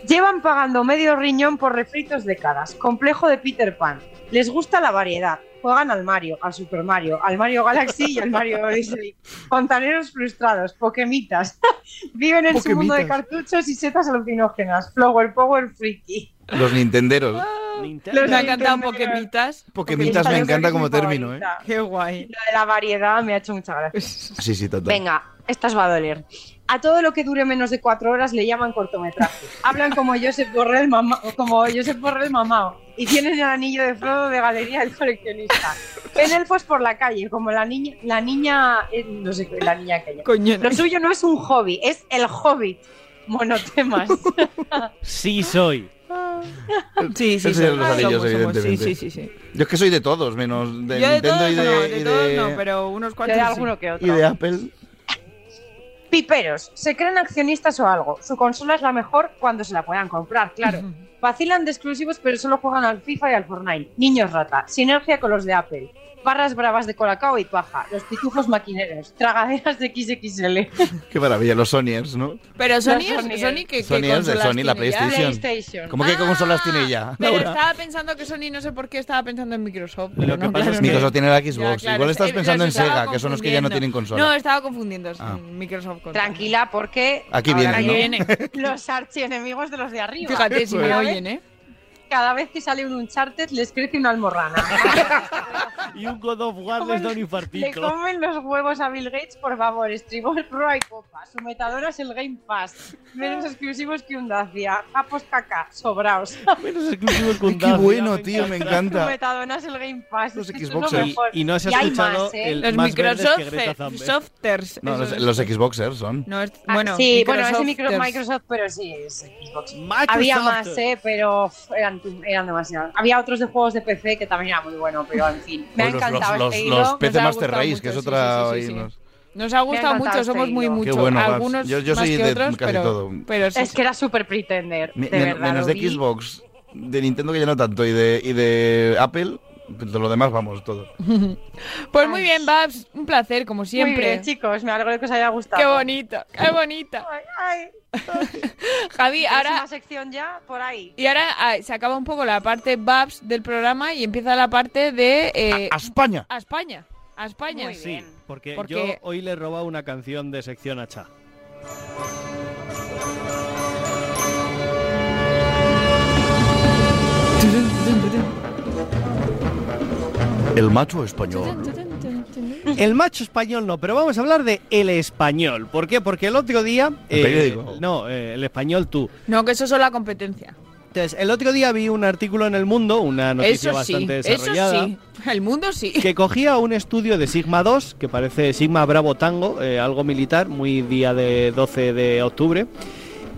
I: Llevan pagando medio riñón por refritos décadas. Complejo de Peter Pan. Les gusta la variedad. Juegan al Mario, al Super Mario, al Mario Galaxy y al Mario Odyssey. Fontaneros frustrados, pokemitas. Viven en su mundo de
A: Pokemitas.
I: cartuchos y setas alucinógenas. Flower Power Freaky.
A: Los Nintenderos.
H: Ah.
I: Los
H: Me ha encantado
I: Nintenderos.
H: Pokémitas.
A: Pokémitas me encanta como término, ¿eh?
H: Qué guay.
I: Lo de la variedad me ha hecho mucha gracia.
A: Sí, sí, total.
I: Venga, esta os va a doler. A todo lo que dure menos de cuatro horas le llaman cortometraje. Hablan como Josep Borrell, mama- como Josep Borrell mamao. Y tienen el anillo de Frodo de Galería del Coleccionista. Ven elfos por la calle, como la niña... La niña eh, no sé qué, la niña aquella.
H: Coño,
I: Lo suyo no es un hobby, es el hobbit. Monotemas.
B: Sí, soy.
H: Sí, sí,
A: El Señor de
H: somos,
A: los Anillos,
H: somos,
A: evidentemente.
H: Sí, sí, sí. sí.
A: Yo es que soy de todos, menos de
H: Yo de
A: Nintendo
H: todos
A: y de,
H: no,
A: y
H: de todos no, pero unos
I: Yo
H: cuantos
I: de
H: sí.
I: alguno que otro.
A: y de Apple.
I: Piperos, se creen accionistas o algo. Su consola es la mejor cuando se la puedan comprar, claro. Vacilan de exclusivos, pero solo juegan al FIFA y al Fortnite. Niños rata. Sinergia con los de Apple. Barras bravas de Colacao y paja. Los pitufos maquineros. Tragaderas de XXL.
A: Qué maravilla, los Sonyers, ¿no?
H: Pero Sony,
I: No,
H: es-
I: Sony.
H: Sony, ¿qué- ¿qué,
A: Sony es de
H: consolas
A: Sony, la
H: tiene ya?
A: PlayStation. ¿Cómo que qué consolas tiene ya?
H: Pero
A: Laura?
H: estaba pensando que Sony, no sé por qué estaba pensando en Microsoft. pero
B: Lo
H: no,
B: que pasa es que
A: Microsoft tiene la Xbox.
H: Ya, claro,
A: Igual
H: es-
A: estás
H: eh,
A: pensando
H: los
A: en
H: estaba
A: Sega, que son los que ya no
H: confundiendo.
A: tienen consola.
H: No, estaba confundiendo es,
A: Ah.
H: Microsoft con
I: Tranquila, porque
A: Aquí
I: ahora
A: vienen,
H: ¿no?
I: vienen los archienemigos de los de arriba.
H: Fíjate, si me
I: Cada vez-
H: oyen, ¿eh?
I: Cada vez que sale un Uncharted les crece una almorrana.
B: Y un God of War les da un
I: Le
B: infartico.
I: comen los huevos a Bill Gates, por favor. Estribor, proa y copa. Su metadora es el Game Pass. Menos exclusivos que un Dacia. Japos caca, sobraos.
B: Menos exclusivos que un
A: Qué bueno, tío, me
I: Su
A: encanta.
I: metadona es el Game Pass.
A: Los
I: Es que esto es
A: Xboxers.
I: lo mejor.
B: Y- y no se ha
I: Y hay
B: escuchado
I: más, ¿eh?
B: el
H: Los
B: más verdes que
H: Microsoft
B: Greta Thunberg.
H: softers.
A: No,
H: eso
A: los,
H: es.
A: los Xboxers son.
H: No, es-
I: Ah,
H: bueno,
I: sí, bueno, es
H: Microsofters.
I: micro- Microsoft, pero sí es Xbox. Había más, ¿eh? pero uf, eran, tu- eran demasiados. Había otros de juegos de PC que también era muy bueno, pero en fin. Me ha
A: Pues los-
I: encantado
A: los,
I: este
A: los, los
I: hilo.
A: PC
H: ha
A: Master
H: gustado
A: Race, que es
H: mucho,
A: otra.
H: sí, sí, sí,
A: ahí
H: sí.
A: unos-
H: Nos ha
I: Me ha
H: gustado
I: encantado
H: mucho, somos
I: este
H: muy
I: hilo.
H: muchos.
A: Qué bueno, Babs.
H: Algunos
A: Yo- yo
H: más
A: soy
H: que
A: de
H: otros,
A: casi
H: pero,
A: todo.
H: pero sí,
I: Es que era súper pretender.
A: Me-
I: de
A: men-
I: verdad,
A: menos
I: lo
A: de
I: vi.
A: Xbox, de Nintendo que ya no tanto, y de, y de Apple, de lo demás vamos, todo.
H: Pues muy bien, Babs, un placer, como
I: Muy
H: siempre.
I: bien, chicos, me alegro de que os haya gustado.
H: Qué bonito, qué bonita.
I: Ay, ay.
H: Javi,
I: Próxima
H: ahora
I: sección ya, por ahí.
H: y ahora ah, se acaba un poco la parte Babs del programa y empieza la parte de eh,
A: ¡A España!
H: a España, a España.
I: Muy
B: Sí,
I: bien.
B: porque,
H: Porque-
B: yo hoy le he robado una canción de sección a Cha.
A: El macho español.
B: El macho español no, pero vamos a hablar de El Español. ¿Por qué? Porque el otro día...
A: El periódico.
B: No, eh, El Español tú.
H: No, que eso son la competencia.
B: Entonces, el otro día vi un artículo en El Mundo, una noticia
H: eso sí,
B: bastante
H: eso
B: desarrollada.
H: sí. El mundo sí.
B: que cogía un estudio de Sigma 2, que parece Sigma Bravo Tango, eh, algo militar, muy día de 12 de octubre,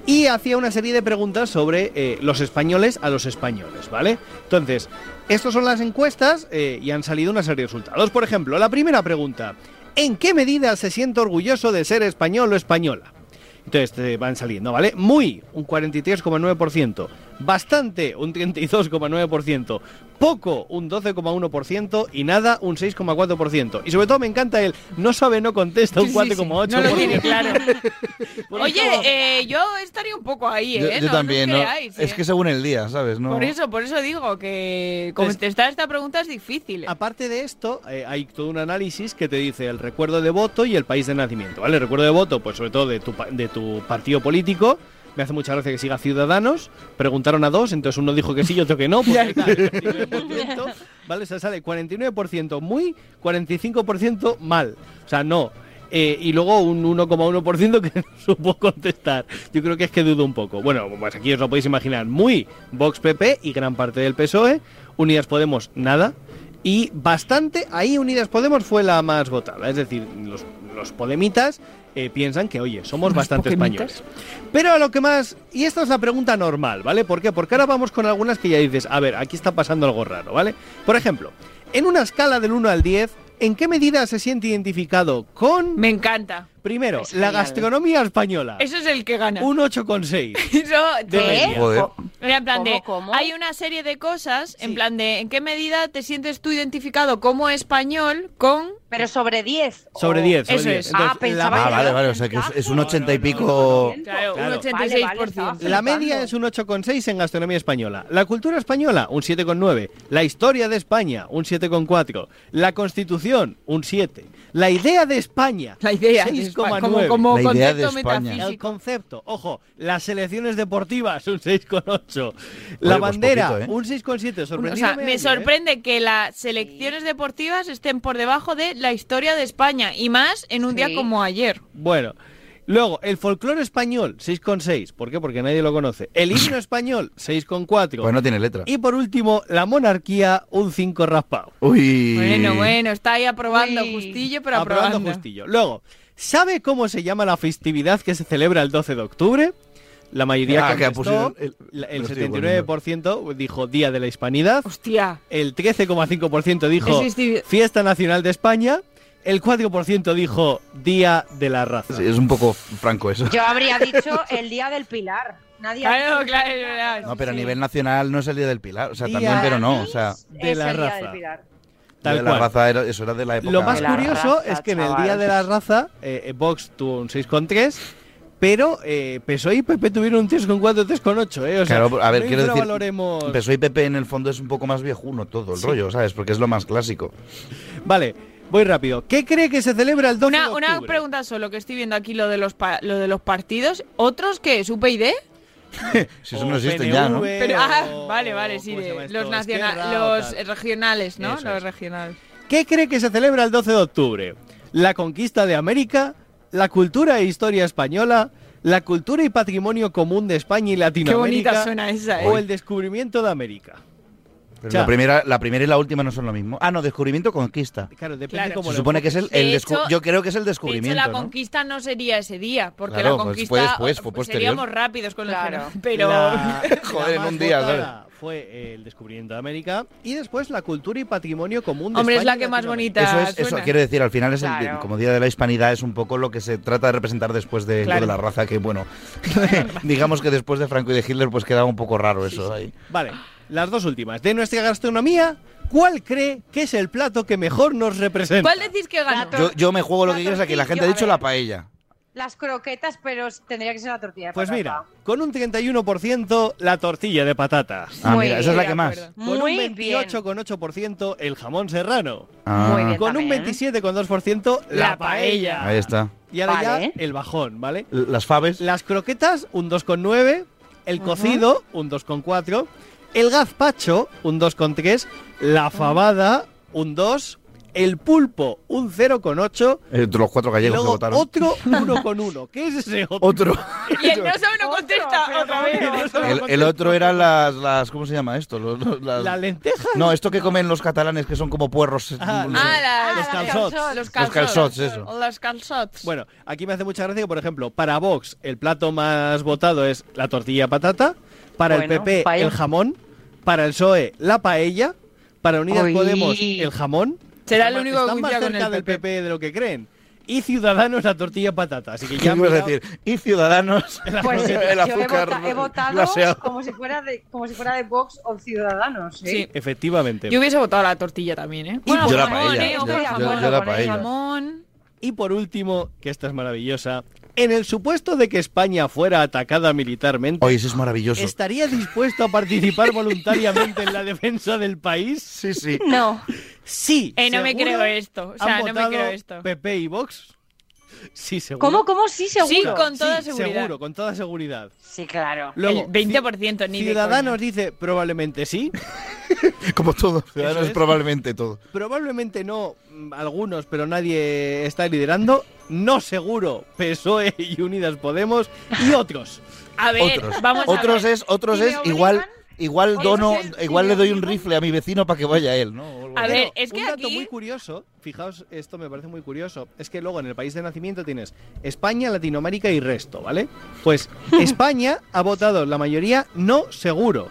B: y hacía una serie de preguntas sobre eh, los españoles a los españoles, ¿vale? Entonces, estas son las encuestas eh, y han salido una serie de resultados. Por ejemplo, la primera pregunta, ¿en qué medida se siente orgulloso de ser español o española? Entonces te van saliendo, ¿vale? Muy, un 43,9%. Bastante, un 32,9%. Poco, un 12,1%. Y nada, un 6,4%. Y sobre todo me encanta el no sabe, no contesta, un
H: Sí, sí, sí.
B: 4,8%.
H: No lo tiene claro.
B: Por eso-
H: Oye, eh, yo estaría un poco ahí, ¿eh?
A: Yo, yo
H: No- no
A: también, ¿no?
H: creáis,
A: Es
H: ¿eh?
A: que según el día, ¿sabes? No.
H: Por eso, por eso digo que
B: Pues-
H: contestar esta pregunta es difícil. ¿eh?
B: Aparte de esto, eh, hay todo un análisis que te dice el recuerdo de voto y el país de nacimiento, ¿vale? El recuerdo de voto, pues sobre todo de tu, pa- de tu partido político. Me hace mucha gracia que siga Ciudadanos. Preguntaron a dos, entonces uno dijo que sí y otro que no. Pues ahí está, el 49%, ¿Vale? O sea, sale 49% muy, 45% mal. O sea, no. Eh, y luego un 1,1% que no supo contestar. Yo creo que es que dudo un poco. Bueno, pues aquí os lo podéis imaginar. Muy Vox PP y gran parte del PSOE. E, Unidas Podemos, nada. Y bastante, ahí Unidas Podemos fue la más votada. Es decir, los, los podemitas eh, piensan que, oye, somos bastante
H: podemitas?
B: españoles. Pero a lo que más... Y esta es la pregunta normal, ¿vale? ¿Por qué? Porque ahora vamos con algunas que ya dices, a ver, aquí está pasando algo raro, ¿vale? Por ejemplo, en una escala del 1 al 10, ¿en qué medida se siente identificado con...
H: Me encanta.
B: Primero,
H: Es
B: la
H: genial.
B: gastronomía española.
H: Eso es el que gana.
B: Un 8,6.
H: Eso,
B: De media.
A: Joder.
H: Era en plan de,
I: ¿Cómo, cómo?
H: hay una serie de cosas, en plan de, ¿en qué medida te sientes tú identificado como español con...
I: Pero sobre 10.
B: Sobre
I: o-
B: 10. sobre
H: eso
B: 10.
H: es.
B: Entonces,
I: ah, pensaba
A: Ah,
I: que
A: vale,
I: era
A: vale, o sea, que es, es un
I: No,
A: ochenta y
B: no, no,
A: pico...
B: no,
H: Claro,
B: Claro.
H: un 86%.
I: Vale, vale,
B: La media es un 8,6 en gastronomía española. La cultura española, un 7,9. La historia de España, un 7,4. La constitución, un 7. La idea de España,
H: la idea, de España, como,
B: 6,9.
H: como
A: La idea de
H: concepto
A: España.
B: El
H: metafísico.
B: concepto, ojo, las selecciones deportivas, un 6,8. La
A: Oye, pues
B: bandera,
A: poquito, ¿eh?
B: un 6,7.
H: O
B: Sorprendido ¿eh?
H: sea, me sorprende que las selecciones deportivas estén por debajo de la historia de España y más en un día
I: Sí.
H: como ayer.
B: Bueno, luego, el folclore español, 6,6. ¿Por qué? Porque nadie lo conoce. El himno español, 6,4.
A: Pues no tiene letra.
B: y por último, la monarquía, un 5 raspado.
A: Uy.
H: Bueno, bueno, está ahí aprobando
I: Uy.
H: Justillo, pero aprobando.
B: aprobando justillo. Luego, ¿sabe cómo se llama la festividad que se celebra el 12 de octubre? La mayoría
A: Ah, que pusieron
B: contestó,
A: el-
B: la-
A: me
B: el,
A: lo estoy
B: 79% dijo Día de la Hispanidad,
H: Hostia.
B: el 13,5% dijo
H: Es festivi-
B: Fiesta Nacional de España, el 4% dijo Día de la Raza.
A: Sí, es un poco franco eso.
I: Yo habría dicho el día del pilar. Nadie
H: Claro, claro, es verdad.
A: No, pero a nivel nacional no es el día del Pilar. O sea,
H: Día
A: también, pero no. O sea,
B: de la raza.
A: Día de
B: Tal
A: la
B: cual.
A: raza era- eso era de la época.
B: Lo más curioso es que en el Día de la Raza, eh, eh, Vox tuvo un 6,3, pero eh, PSOE y PP tuvieron un 3,4, 3,8. Eh, o sea,
A: Claro, a ver,
B: no
A: quiero decir,
B: infravaloremos-
A: PSOE y PP en el fondo es un poco más viejuno todo el
B: Sí.
A: rollo, ¿sabes? Porque es lo más clásico.
B: Vale, voy rápido. ¿Qué cree que se celebra el 12
H: Una,
B: de
H: una
B: octubre?
H: pregunta solo, que estoy viendo aquí lo de los, pa- lo de los partidos. ¿Otros qué? ¿Su PID?
A: Si eso no existe ya, ¿no?
H: Pero- ah, vale, vale, sí, de- los, naciona-
B: Esquerra o
H: los eh, regionales, ¿no?
B: Eso
H: los regionales.
B: ¿Qué cree que se celebra el 12 de octubre? ¿La conquista de América? ¿La cultura e historia española? ¿La cultura y patrimonio común de España y
H: Qué
B: Latinoamérica?
H: bonita suena esa,
B: ¿O
H: ¿eh?
B: el descubrimiento de América?
A: Pero
B: Ya.
A: la, primera, la primera y la última no son lo mismo. Ah, no, descubrimiento conquista.
B: Claro, depende
H: Claro.
B: cómo
A: Se
B: lo
A: supone que es el, el
H: De
A: descu-
H: hecho-
A: yo creo que es el
H: De hecho,
A: descubrimiento,
H: la
A: ¿no?
H: conquista ¿no? sería ese día, porque
A: Claro,
H: la
A: pues
H: conquista
A: fue después, fue
H: pues
A: posterior.
H: seríamos rápidos con
I: Claro.
H: los pero
B: La-
A: Joder,
B: la
A: en un
B: más
A: día,
B: votada Fue el descubrimiento de América y después la cultura y patrimonio común de
H: Hombre, es
B: España
H: la
B: y
H: que más
B: Latinoamérica.
A: Eso es, eso quiero decir, al final es el-
B: Claro.
A: como Día de la Hispanidad es un poco lo que se trata de representar después de, lo
B: Claro.
A: de la raza, que bueno, digamos que después de Franco y de Hitler pues quedaba un poco raro eso ahí.
B: Vale, las dos últimas. De nuestra gastronomía, ¿cuál cree que es el plato que mejor nos representa?
H: ¿Cuál decís que ganó?
A: Yo, yo me juego lo que quieras aquí, la gente ha
I: a
A: dicho
I: ver.
A: la paella.
I: Las croquetas, pero tendría que ser la tortilla de
B: Pues
I: patata.
B: mira, con un 31% la tortilla de patata.
A: Ah, Muy mira, esa es la bien, que de más. acuerdo.
B: Con
I: Muy
B: un 28,8% el jamón serrano.
A: Ah. Muy bien
B: con un 27,2% la,
A: La
B: paella.
A: Ahí está.
B: Y ahora
A: Vale.
B: ya el bajón, ¿vale?
A: L- Las faves.
B: Las croquetas, un 2,9. El cocido, un 2,4. El gazpacho, un 2,3.
A: Mm.
B: La fabada, un 2. El pulpo, un 0,8.
A: Eh, de los cuatro gallegos que
B: Luego
A: votaron.
B: otro 1,1. ¿Qué es ese otro?
A: Otro.
H: Y el no sabe no contesta otra vez.
A: El, el otro eran las, las. ¿Cómo se llama esto? Los- los- las,
B: ¿Las lentejas?
A: No, esto que comen los catalanes que son como puerros. no sé.
H: Ah,
B: Los
H: los
B: calzots.
H: calzots. Los
A: calzots, eso.
H: Los calzots.
B: Bueno, aquí me hace mucha gracia que, por ejemplo, para Vox el plato más votado es la tortilla patata, para el
H: Bueno,
B: PP
H: paella.
B: el jamón, para el PSOE la paella, para Unidas
H: Uy.
B: Podemos el jamón.
H: Será
B: Están
H: el
B: más-
H: único que
B: están más
H: coincida con
B: cerca
H: el
B: del PP. de lo que creen. Y Ciudadanos la tortilla patata, así que ya
A: ¿Qué ibas a
B: mirad-
A: decir? Y Ciudadanos.
I: Pues
A: el
I: yo he,
A: azúcar
I: vota- he votado
A: glaseado.
I: como si fuera de como si fuera de Vox o Ciudadanos, ¿eh?
H: Sí.
B: Efectivamente.
H: Yo hubiese votado la tortilla también, ¿eh?
B: yo la
H: jamón,
B: paella,
H: ¿eh?
B: yo-
H: Ojo,
B: yo-
H: jamón,
B: yo la
H: con el
B: paella.
H: jamón.
B: Y por último, que esta es maravillosa, en el supuesto de que España fuera atacada militarmente,
A: Oye, eso es maravilloso.
B: ¿estaría dispuesto a participar voluntariamente en la defensa del país?
A: Sí, sí.
H: No.
B: Sí.
H: Eh, no me
B: seguro.
H: creo esto. O
B: ¿Han
H: sea, no me
B: votado
H: creo esto.
B: PP y Vox? Sí, seguro.
H: ¿Cómo, cómo? Sí, seguro. Sí, con toda
B: Sí,
H: seguridad.
B: Seguro, con toda seguridad.
I: Sí, claro.
B: Luego,
H: el 20% ni de
B: Ciudadanos dice probablemente sí,
A: Como todo. Ciudadanos
B: es.
A: probablemente todo.
B: probablemente no mm, algunos, pero nadie está liderando. No seguro PSOE E y Unidas Podemos y otros.
H: A ver,
A: otros.
H: vamos a
A: otros
H: ver.
A: es, otros
H: Si me
A: es igual, igual
H: otros
A: dono,
H: es, si
A: igual
H: me
A: le doy un rifle a mi vecino para que vaya él, ¿no?
H: A ver, es
B: un
H: que
B: dato
H: aquí-
B: muy curioso, fijaos, esto me parece muy curioso, es que luego en el país de nacimiento tienes España, Latinoamérica y resto, ¿vale? Pues España ha votado la mayoría no seguro.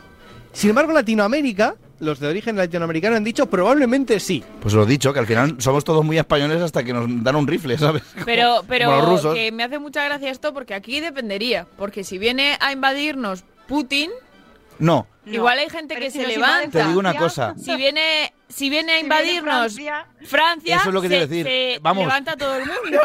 B: Sin embargo, Latinoamérica, los de origen latinoamericano han dicho probablemente sí.
A: Pues lo dicho, que al final somos todos muy españoles hasta que nos dan un rifle, ¿sabes?
H: Pero,
A: Como los
H: pero
A: rusos.
H: que me hace mucha gracia esto porque aquí dependería. Porque si viene a invadirnos Putin,
A: No,
H: igual hay gente que
I: si
H: se
I: nos invade
H: levanta.
A: te digo una cosa.
H: Si viene, si viene a
I: Si viene
H: invadirnos
I: Francia-
H: Francia,
A: Eso es lo que te iba a
H: se-
A: decir.
H: se
A: Vamos.
H: levanta todo el mundo.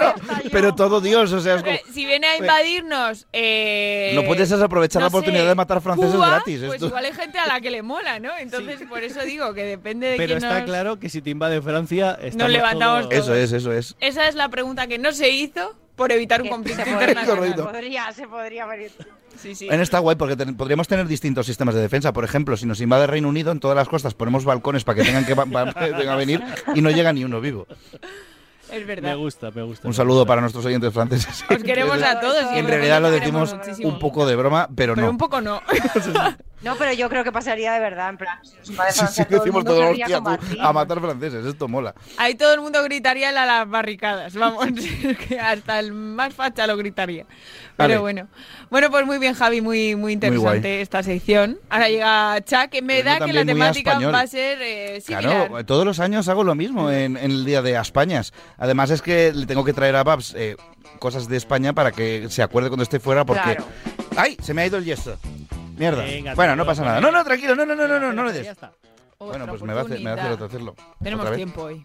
A: Pero todo Dios, o sea, es como-
H: Eh, Si viene a invadirnos. eh,
A: No Pues puedes aprovechar la oportunidad de matar franceses
H: Cuba,
A: gratis,
H: Pues
A: esto.
H: igual hay gente a la que le mola, ¿no? Entonces, por eso digo que depende de
B: Pero
H: quién
B: está
H: nos-
B: claro que si te invade Francia, estamos
H: levantamos
B: todos-
A: eso es, eso es.
H: Esa es la pregunta que no se hizo por evitar un conflicto internacional.
A: Correcto.
I: Podría, se podría haber hecho.
H: Sí, sí.
A: En esta guay, porque ten- podríamos tener distintos sistemas de defensa. Por ejemplo, si nos invade Reino Unido, en todas las costas ponemos balcones para que tengan que va- va- venga a venir y no llega ni uno vivo.
H: Es
B: Me
H: verdad.
B: gusta, me gusta.
A: Un saludo para nuestros oyentes franceses.
H: Os queremos a todos.
A: En
H: yo
A: realidad lo
H: creo que os
A: decimos
H: queremos muchísimo.
A: un poco de broma, pero
H: Pero
A: no.
H: un poco no.
I: No, pero yo creo que pasaría de verdad, en plan, si nos invade
A: Sí, sí,
I: Francia, todo el
A: decimos
I: mundo
A: todo,
I: querría
A: hostia, tú,
I: combatir.
A: a matar franceses, esto mola.
H: Ahí todo el mundo gritaría a las barricadas, vamos, que hasta el más facha lo gritaría. Pero
A: Vale.
H: bueno. Bueno, pues muy bien, Javi, muy, muy interesante
A: guay.
H: esta sección. Ahora llega Chuck, que me
A: Pero
H: da que la
A: también muy
H: temática
A: español.
H: va a ser eh, similar.
A: Claro, todos los años hago lo mismo en, en el día de Españas. Además es que le tengo que traer a Babs eh, cosas de España para que se acuerde cuando esté fuera porque
I: Claro.
A: ¡Ay! Se me ha ido el yeso. Mierda.
B: Venga,
A: bueno,
B: tío,
A: no pasa nada.
B: venga.
A: No, no, tranquilo. No, no, no, no, no, no le des.
B: Ya está.
A: Bueno, pues me va a hacer, me va a hacer otro hacerlo.
H: Tenemos
A: Otra vez.
H: tiempo hoy.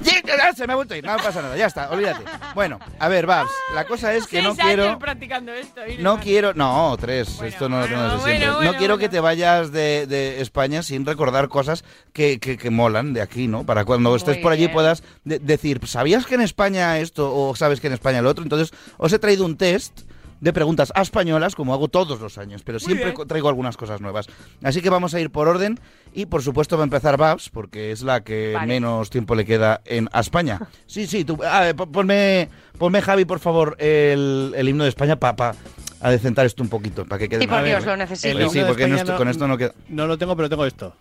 A: ¡Ye- ah, Se me ha vuelto a ir. No pasa nada. Ya está. Olvídate. Bueno, a ver, Babs. La cosa es que no
H: Seis años
A: quiero.
H: practicando esto. Irene.
A: No quiero. No, tres. Esto no lo tengo desde
H: bueno,
A: siempre.
H: bueno,
A: no quiero que te vayas de, de España sin recordar cosas que, que- que molan de aquí, ¿no? Para cuando estés por allí
M: bien.
A: puedas de- decir, "Pues, ¿sabías que en España esto o sabes que en España lo otro? Entonces, os he traído un test de preguntas a españolas, como hago todos los años, pero siempre
M: bien.
A: co- traigo algunas cosas nuevas. Así que vamos a ir por orden y, por supuesto, va a empezar Babs, porque es la que
M: Vale.
A: menos tiempo le queda en a España. Sí, sí, tú, a ver, pon- ponme, ponme, Javi, por favor, el, el himno de España para adecentar esto un poquito, para que quede
I: Sí, por
A: más-
I: Dios, lo necesito.
A: Pues sí,
B: El himno de
A: porque no
B: España
A: esto-
B: no-
A: con esto no queda...
B: No lo tengo, pero tengo esto.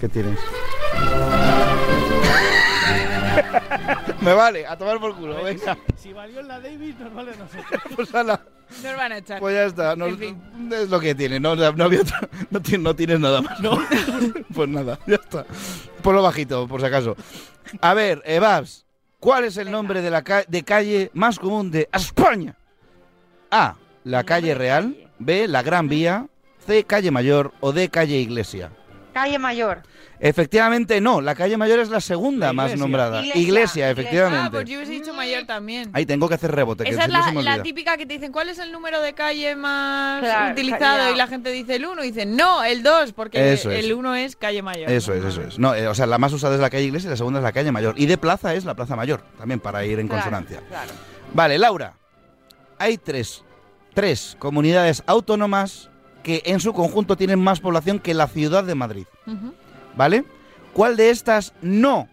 A: ¿Qué tienes? Me vale, a tomar por culo, venga.
B: Si valió la Davis, nos vale a nosotros.
A: Pues, ala,
H: Nos van a echar.
A: pues ya está, no-
H: En fin.
A: es lo que tiene, no, no, había otra- no, ti- no tienes nada más. No. pues nada, ya está. Ponlo bajito, por si acaso. A ver, eh, Babs, ¿cuál es el nombre de la ca- de calle más común de España? A, la calle Real, B, la Gran Vía, C, calle Mayor o D, calle Iglesia.
I: Calle Mayor.
A: Efectivamente, no. La calle mayor es la segunda más nombrada. Iglesia, efectivamente.
H: Ah, pues yo hubiese dicho mayor también.
A: Ahí tengo que hacer rebote, que
H: Esa es
A: siempre
H: la,
A: se me
H: la
A: olvida.
H: típica que te dicen, ¿cuál es el número de calle más
I: Claro,
H: utilizado?
I: ya.
H: Y la gente dice el 1, y dicen, no, el 2, porque
A: Eso es.
H: el 1 es calle mayor.
A: Eso es, eso es. No, eh, o sea, la más usada es la calle Iglesia y la segunda es la calle mayor. Y de plaza es la plaza mayor, también para ir en
H: Claro,
A: consonancia. Vale, Laura. Hay tres, tres comunidades autónomas que en su conjunto tienen más población que la ciudad de Madrid.
H: Ujú.
A: ¿Vale? ¿Cuál de estas no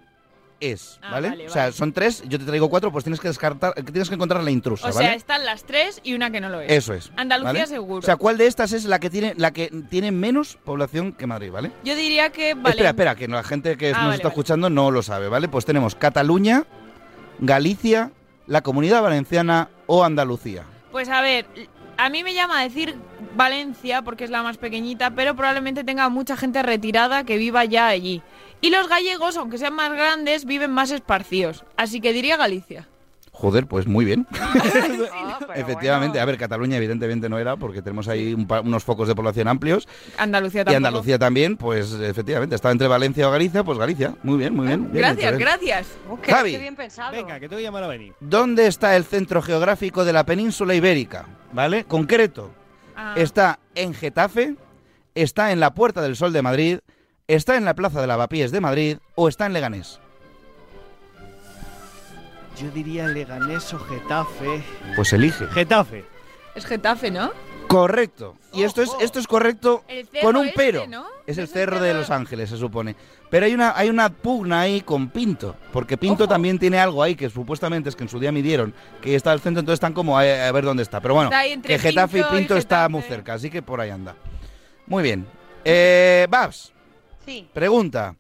A: es?
H: Ah,
A: ¿Vale?
H: vale,
A: o sea,
H: vale.
A: son tres, yo te traigo cuatro, pues tienes que descartar, tienes que encontrar la intrusa,
H: O
A: ¿vale?
H: sea, están las tres y una que no lo es.
A: Eso es.
H: Andalucía
A: ¿vale?
H: seguro.
A: O sea, ¿cuál de estas es la que tiene la que tiene menos población que Madrid, ¿vale?
H: Yo diría que vale.
A: Espera, espera, que la gente que
H: Ah,
A: nos
H: vale,
A: está
H: vale.
A: escuchando no lo sabe, ¿vale? Pues tenemos Cataluña, Galicia, la Comunidad Valenciana o Andalucía.
H: Pues a ver, a mí me llama a decir Valencia porque es la más pequeñita, pero probablemente tenga mucha gente retirada que viva ya allí. Y los gallegos, aunque sean más grandes, viven más esparcidos. Así que diría Galicia.
A: Joder, pues muy bien.
H: Ah,
A: Efectivamente, a ver, Cataluña evidentemente no era porque tenemos ahí un pa- unos focos de población amplios
H: Andalucía
A: y
H: tampoco.
A: Andalucía también, pues efectivamente, estaba entre Valencia o Galicia, pues Galicia. Muy bien, muy bien. bien hecho,
H: Gracias,
A: ¿eh? bien.
H: gracias.
A: qué- Javi. qué
H: bien
I: pensado.
B: Venga, que te voy a llamar a venir.
A: ¿Dónde está el centro geográfico de la península ibérica? ¿Vale? Concreto.
H: Ah.
A: Está en Getafe, está en la Puerta del Sol de Madrid, está en la Plaza de Lavapiés de Madrid o está en Leganés.
B: Yo diría Leganés o Getafe.
A: Pues elige.
B: Getafe.
H: Es Getafe, ¿no?
A: Correcto. Y esto es, esto es correcto
H: El cerro
A: con un
H: este,
A: pero.
H: ¿no?
A: Es el cerro de Los Ángeles, se supone. Pero hay una, hay una pugna ahí con Pinto, porque Pinto también tiene algo ahí que supuestamente es que en su día midieron, que está al centro, entonces están como a, a ver dónde está. Pero bueno,
H: Está ahí entre
A: que Getafe
H: Pinto
A: y
H: y
A: Pinto está
H: Getafe.
A: muy cerca, así que por ahí anda. Muy bien. Eh, Babs,
I: Sí.
A: pregunta.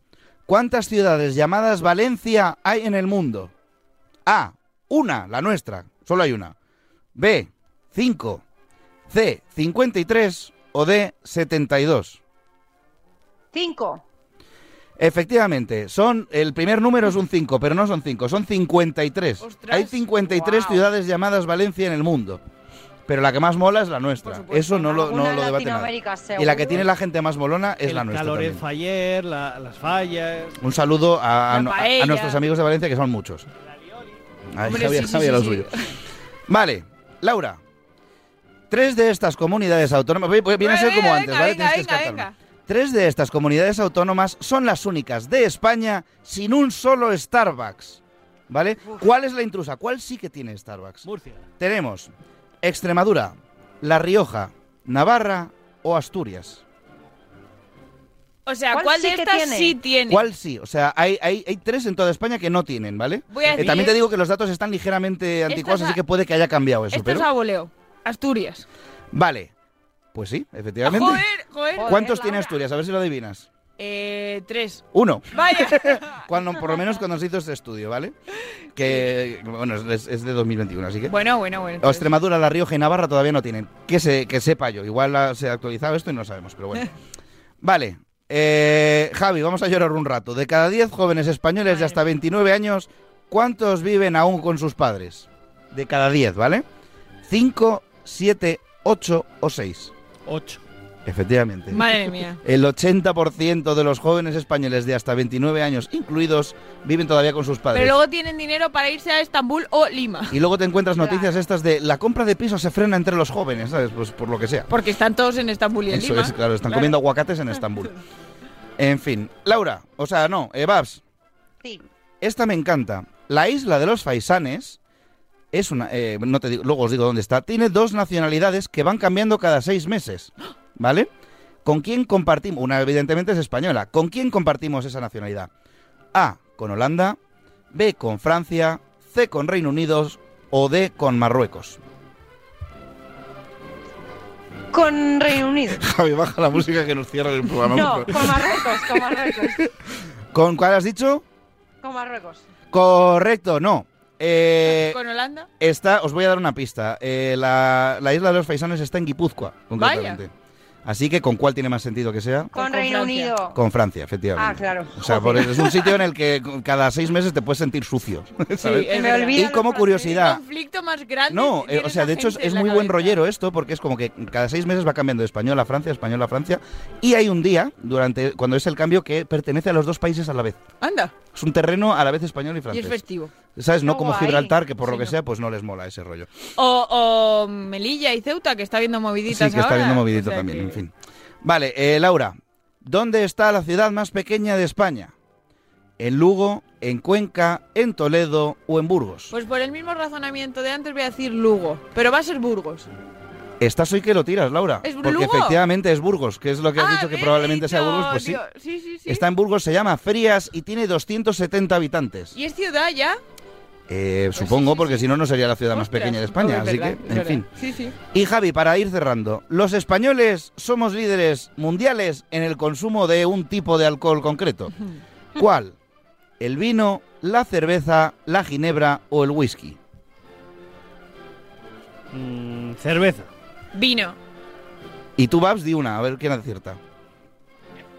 A: ¿Cuántas ciudades llamadas Valencia hay en el mundo? A, una, la nuestra, solo hay una. B, 5. C, 53 o D, 72.
I: Cinco.
A: Efectivamente, son el primer número es un 5, pero no son 5, son 53. Hay 53 ciudades llamadas Valencia en el mundo. Pero la que más mola es la nuestra. Eso no lo, no
I: Una
A: lo debate nada.
I: Latinoamérica,
A: Y la
I: seguro.
A: que tiene la gente más molona es
B: el
A: la nuestra.
B: Calor en
A: también.
B: Faller, la- las fallas.
A: Un saludo a, a-
B: La
A: a- a
B: paella.
A: nuestros amigos de Valencia, que son muchos. Ay,
B: Hombre,
A: Javier,
B: sí, sí,
A: Javier,
B: sí,
A: lo
B: sí.
A: suyo. Vale, Laura. Tres de estas comunidades autónomas. Oye, pues Viene a ser como antes, ¿vale? Tienes que descartarlo. Tres de estas comunidades autónomas son las únicas de España sin un solo Starbucks. ¿Vale? ¿Cuál es la intrusa? ¿Cuál sí que tiene Starbucks?
B: Murcia.
A: Tenemos Extremadura, La Rioja, Navarra o Asturias.
H: O sea,
I: ¿Cuál
H: ¿cuál,
I: sí
H: de
I: que
H: estas
I: tiene?
H: sí tiene?
A: ¿Cuál sí? O sea, hay, hay, hay tres en toda España que no tienen, ¿vale?
H: Voy a
A: Eh,
H: decir-
A: también te digo que los datos están ligeramente
H: Esto
A: anticuados,
H: es
A: así
H: a-
A: que puede que haya cambiado eso.
H: Esto
A: Pero...
H: es a voleo. Asturias.
A: Vale. Pues sí, efectivamente.
H: Joder, joder.
A: ¿Cuántos tiene Asturias? A ver si lo adivinas.
H: Eh, tres.
A: Uno.
H: Vaya.
A: Cuando, por lo menos cuando se hizo este estudio, ¿vale? Que, bueno, es, es de 2021, así que...
H: bueno, pues bueno, bueno.
A: O Extremadura, La Rioja y Navarra todavía no tienen. Que, se, que sepa yo. Igual ha- se ha actualizado esto y no lo sabemos, pero bueno. Vale. Eh, Javi, vamos a llorar un rato. De cada 10 jóvenes españoles de hasta 29 años, ¿cuántos viven aún con sus padres? De cada 10, ¿vale? 5, 7, 8 o 6.
B: 8.
A: Efectivamente.
H: Madre mía.
A: El 80% de los jóvenes españoles de hasta 29 años incluidos viven todavía con sus padres.
H: Pero luego tienen dinero para irse a Estambul o Lima.
A: Y luego te encuentras noticias estas de la compra de pisos se frena entre los jóvenes, ¿sabes? Pues por lo que sea.
H: Porque están todos en Estambul y en
A: Eso
H: Lima.
A: es, claro, están comiendo aguacates en Estambul. En fin, Laura, o sea, no, eh, Babs.
I: Sí.
A: Esta me encanta. La isla de los Faisanes es una. eh, no te digo, luego os digo dónde está. Tiene dos nacionalidades que van cambiando cada seis meses. ¿Vale? ¿Con quién compartimos? Una, evidentemente, es española. ¿Con quién compartimos esa nacionalidad? A. Con Holanda. B. Con Francia. C. Con Reino Unido. O D. Con Marruecos.
I: Con Reino Unido.
A: Javi, baja la música que nos cierra el programa.
I: No,
A: por
I: con
A: favor.
I: Marruecos, con Marruecos.
A: ¿Con cuál has dicho?
I: Con Marruecos.
A: Correcto, no. Eh,
H: ¿Con Holanda?
A: Está, os voy a dar una pista. Eh, la, la isla de los Faisanes está en Guipúzcoa, concretamente. Así que, ¿con cuál tiene más sentido que sea?
I: Con Reino Unido.
A: Con Francia,
I: Ah,
A: efectivamente.
I: claro.
A: O sea, por-
I: Joder.
A: es un sitio en el que cada seis meses te puedes sentir sucio. ¿sabes?
H: es Me verdad. olvidan
A: y
H: los
A: como curiosidad,
H: Conflicto más grande. que
A: no, eh,
H: tiene
A: o sea,
H: esa
A: de hecho es,
H: gente
A: es
H: en la
A: muy buen
H: cabeza.
A: rollero esto, porque es como que cada seis meses va cambiando de español a Francia, español a Francia, y hay un día, durante cuando es el cambio, que pertenece a los dos países a la vez.
H: Anda.
A: Es un terreno a la vez español y
H: Y
A: francés.
H: es festivo.
A: ¿Sabes? No
H: Qué
A: como
H: guay.
A: Gibraltar, que por lo que
H: Sí,
A: sea, pues no les mola ese rollo.
H: O, o Melilla y Ceuta, que está viendo moviditas
A: Sí, que está
H: ahora.
A: viendo movidito
H: O sea
A: también,
H: que-
A: en fin. Vale, eh, Laura, ¿dónde está la ciudad más pequeña de España? ¿En Lugo, en Cuenca, en Toledo o en Burgos?
H: Pues por el mismo razonamiento de antes voy a decir Lugo, pero va a ser Burgos.
A: Estás hoy que lo tiras, Laura.
H: ¿Es
A: porque
H: Lugo?
A: efectivamente es Burgos, que es lo que has dicho que probablemente sea Burgos, pues sí.
H: Ah, Dios, sí, sí, sí.
A: Está en Burgos, se llama Frías y tiene 270 habitantes.
H: ¿Y es ciudad ya?
A: Eh,
H: Pues
A: supongo, porque si no, no sería la ciudad más pequeña de España.
H: Es
A: Así
H: verdad,
A: que,
H: es
A: en fin.
H: verdad. Sí, sí.
A: Y Javi, para ir cerrando, los españoles somos líderes mundiales en el consumo de un tipo de alcohol concreto. ¿Cuál? ¿El vino, la cerveza, la ginebra o el whisky?
B: cerveza.
H: Vino.
A: Y tú, Babs, di una, a ver quién acierta.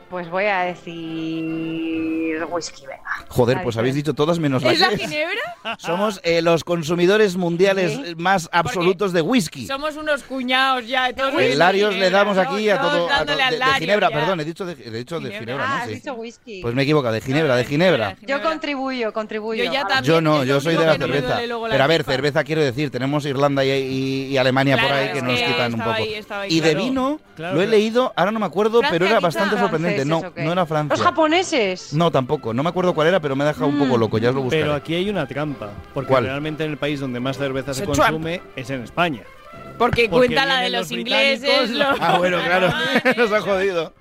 I: Pues voy a decir whisky, venga.
A: Joder,
I: La
A: pues habéis
I: diferencia.
A: dicho todas menos la
H: ¿Es la
A: que es.
H: Ginebra?
A: Somos eh, los consumidores mundiales
H: Sí.
A: eh, más absolutos de whisky.
H: Somos unos cuñados ya. de todos
A: Eh,
H: los
A: Larios le damos
H: Ginebra,
A: aquí
H: ¿no?
A: a
H: Todos
A: todo. a
H: dándole
A: todo-
H: al
A: de, de
H: Larios
A: Ginebra,
H: ya.
A: perdón, he dicho de, de hecho de Ginebra,
I: Ah,
A: ¿no?
I: has
A: Sí.
I: dicho whisky.
A: Pues me he equivocado, de Ginebra, de Ginebra.
I: Yo contribuyo, contribuyo.
H: Yo ya también.
A: Yo no, yo
H: lo
A: soy de
H: único
A: la
H: que no me
A: cerveza.
H: duele luego la
A: Pero a ver,
H: tripa.
A: cerveza quiero decir, tenemos Irlanda y, y- y Alemania por
H: Claro,
A: ahí que
H: es
A: nos
H: que
A: quitan un
H: estaba
A: poco.
H: ahí, estaba ahí.
A: y de
H: Claro,
A: vino
H: claro,
A: lo he
H: claro.
A: leído, ahora no me acuerdo, pero era
H: quizá.
A: bastante sorprendente. No,
H: Franceses, ¿o qué?
A: no era Francia.
H: Los japoneses.
A: No, tampoco. No me acuerdo cuál era, pero me ha dejado un poco
B: Mm.
A: loco, ya os lo buscaré.
B: Pero aquí hay una trampa, porque
A: ¿Cuál?
B: realmente en el país donde más cerveza se
H: Sichuan.
B: consume es en España.
H: Porque
B: Porque
H: cuenta la de
B: vienen
H: los
B: los
H: ingleses.
B: británicos,
H: los-
A: Ah, bueno, claro. nos ha jodido.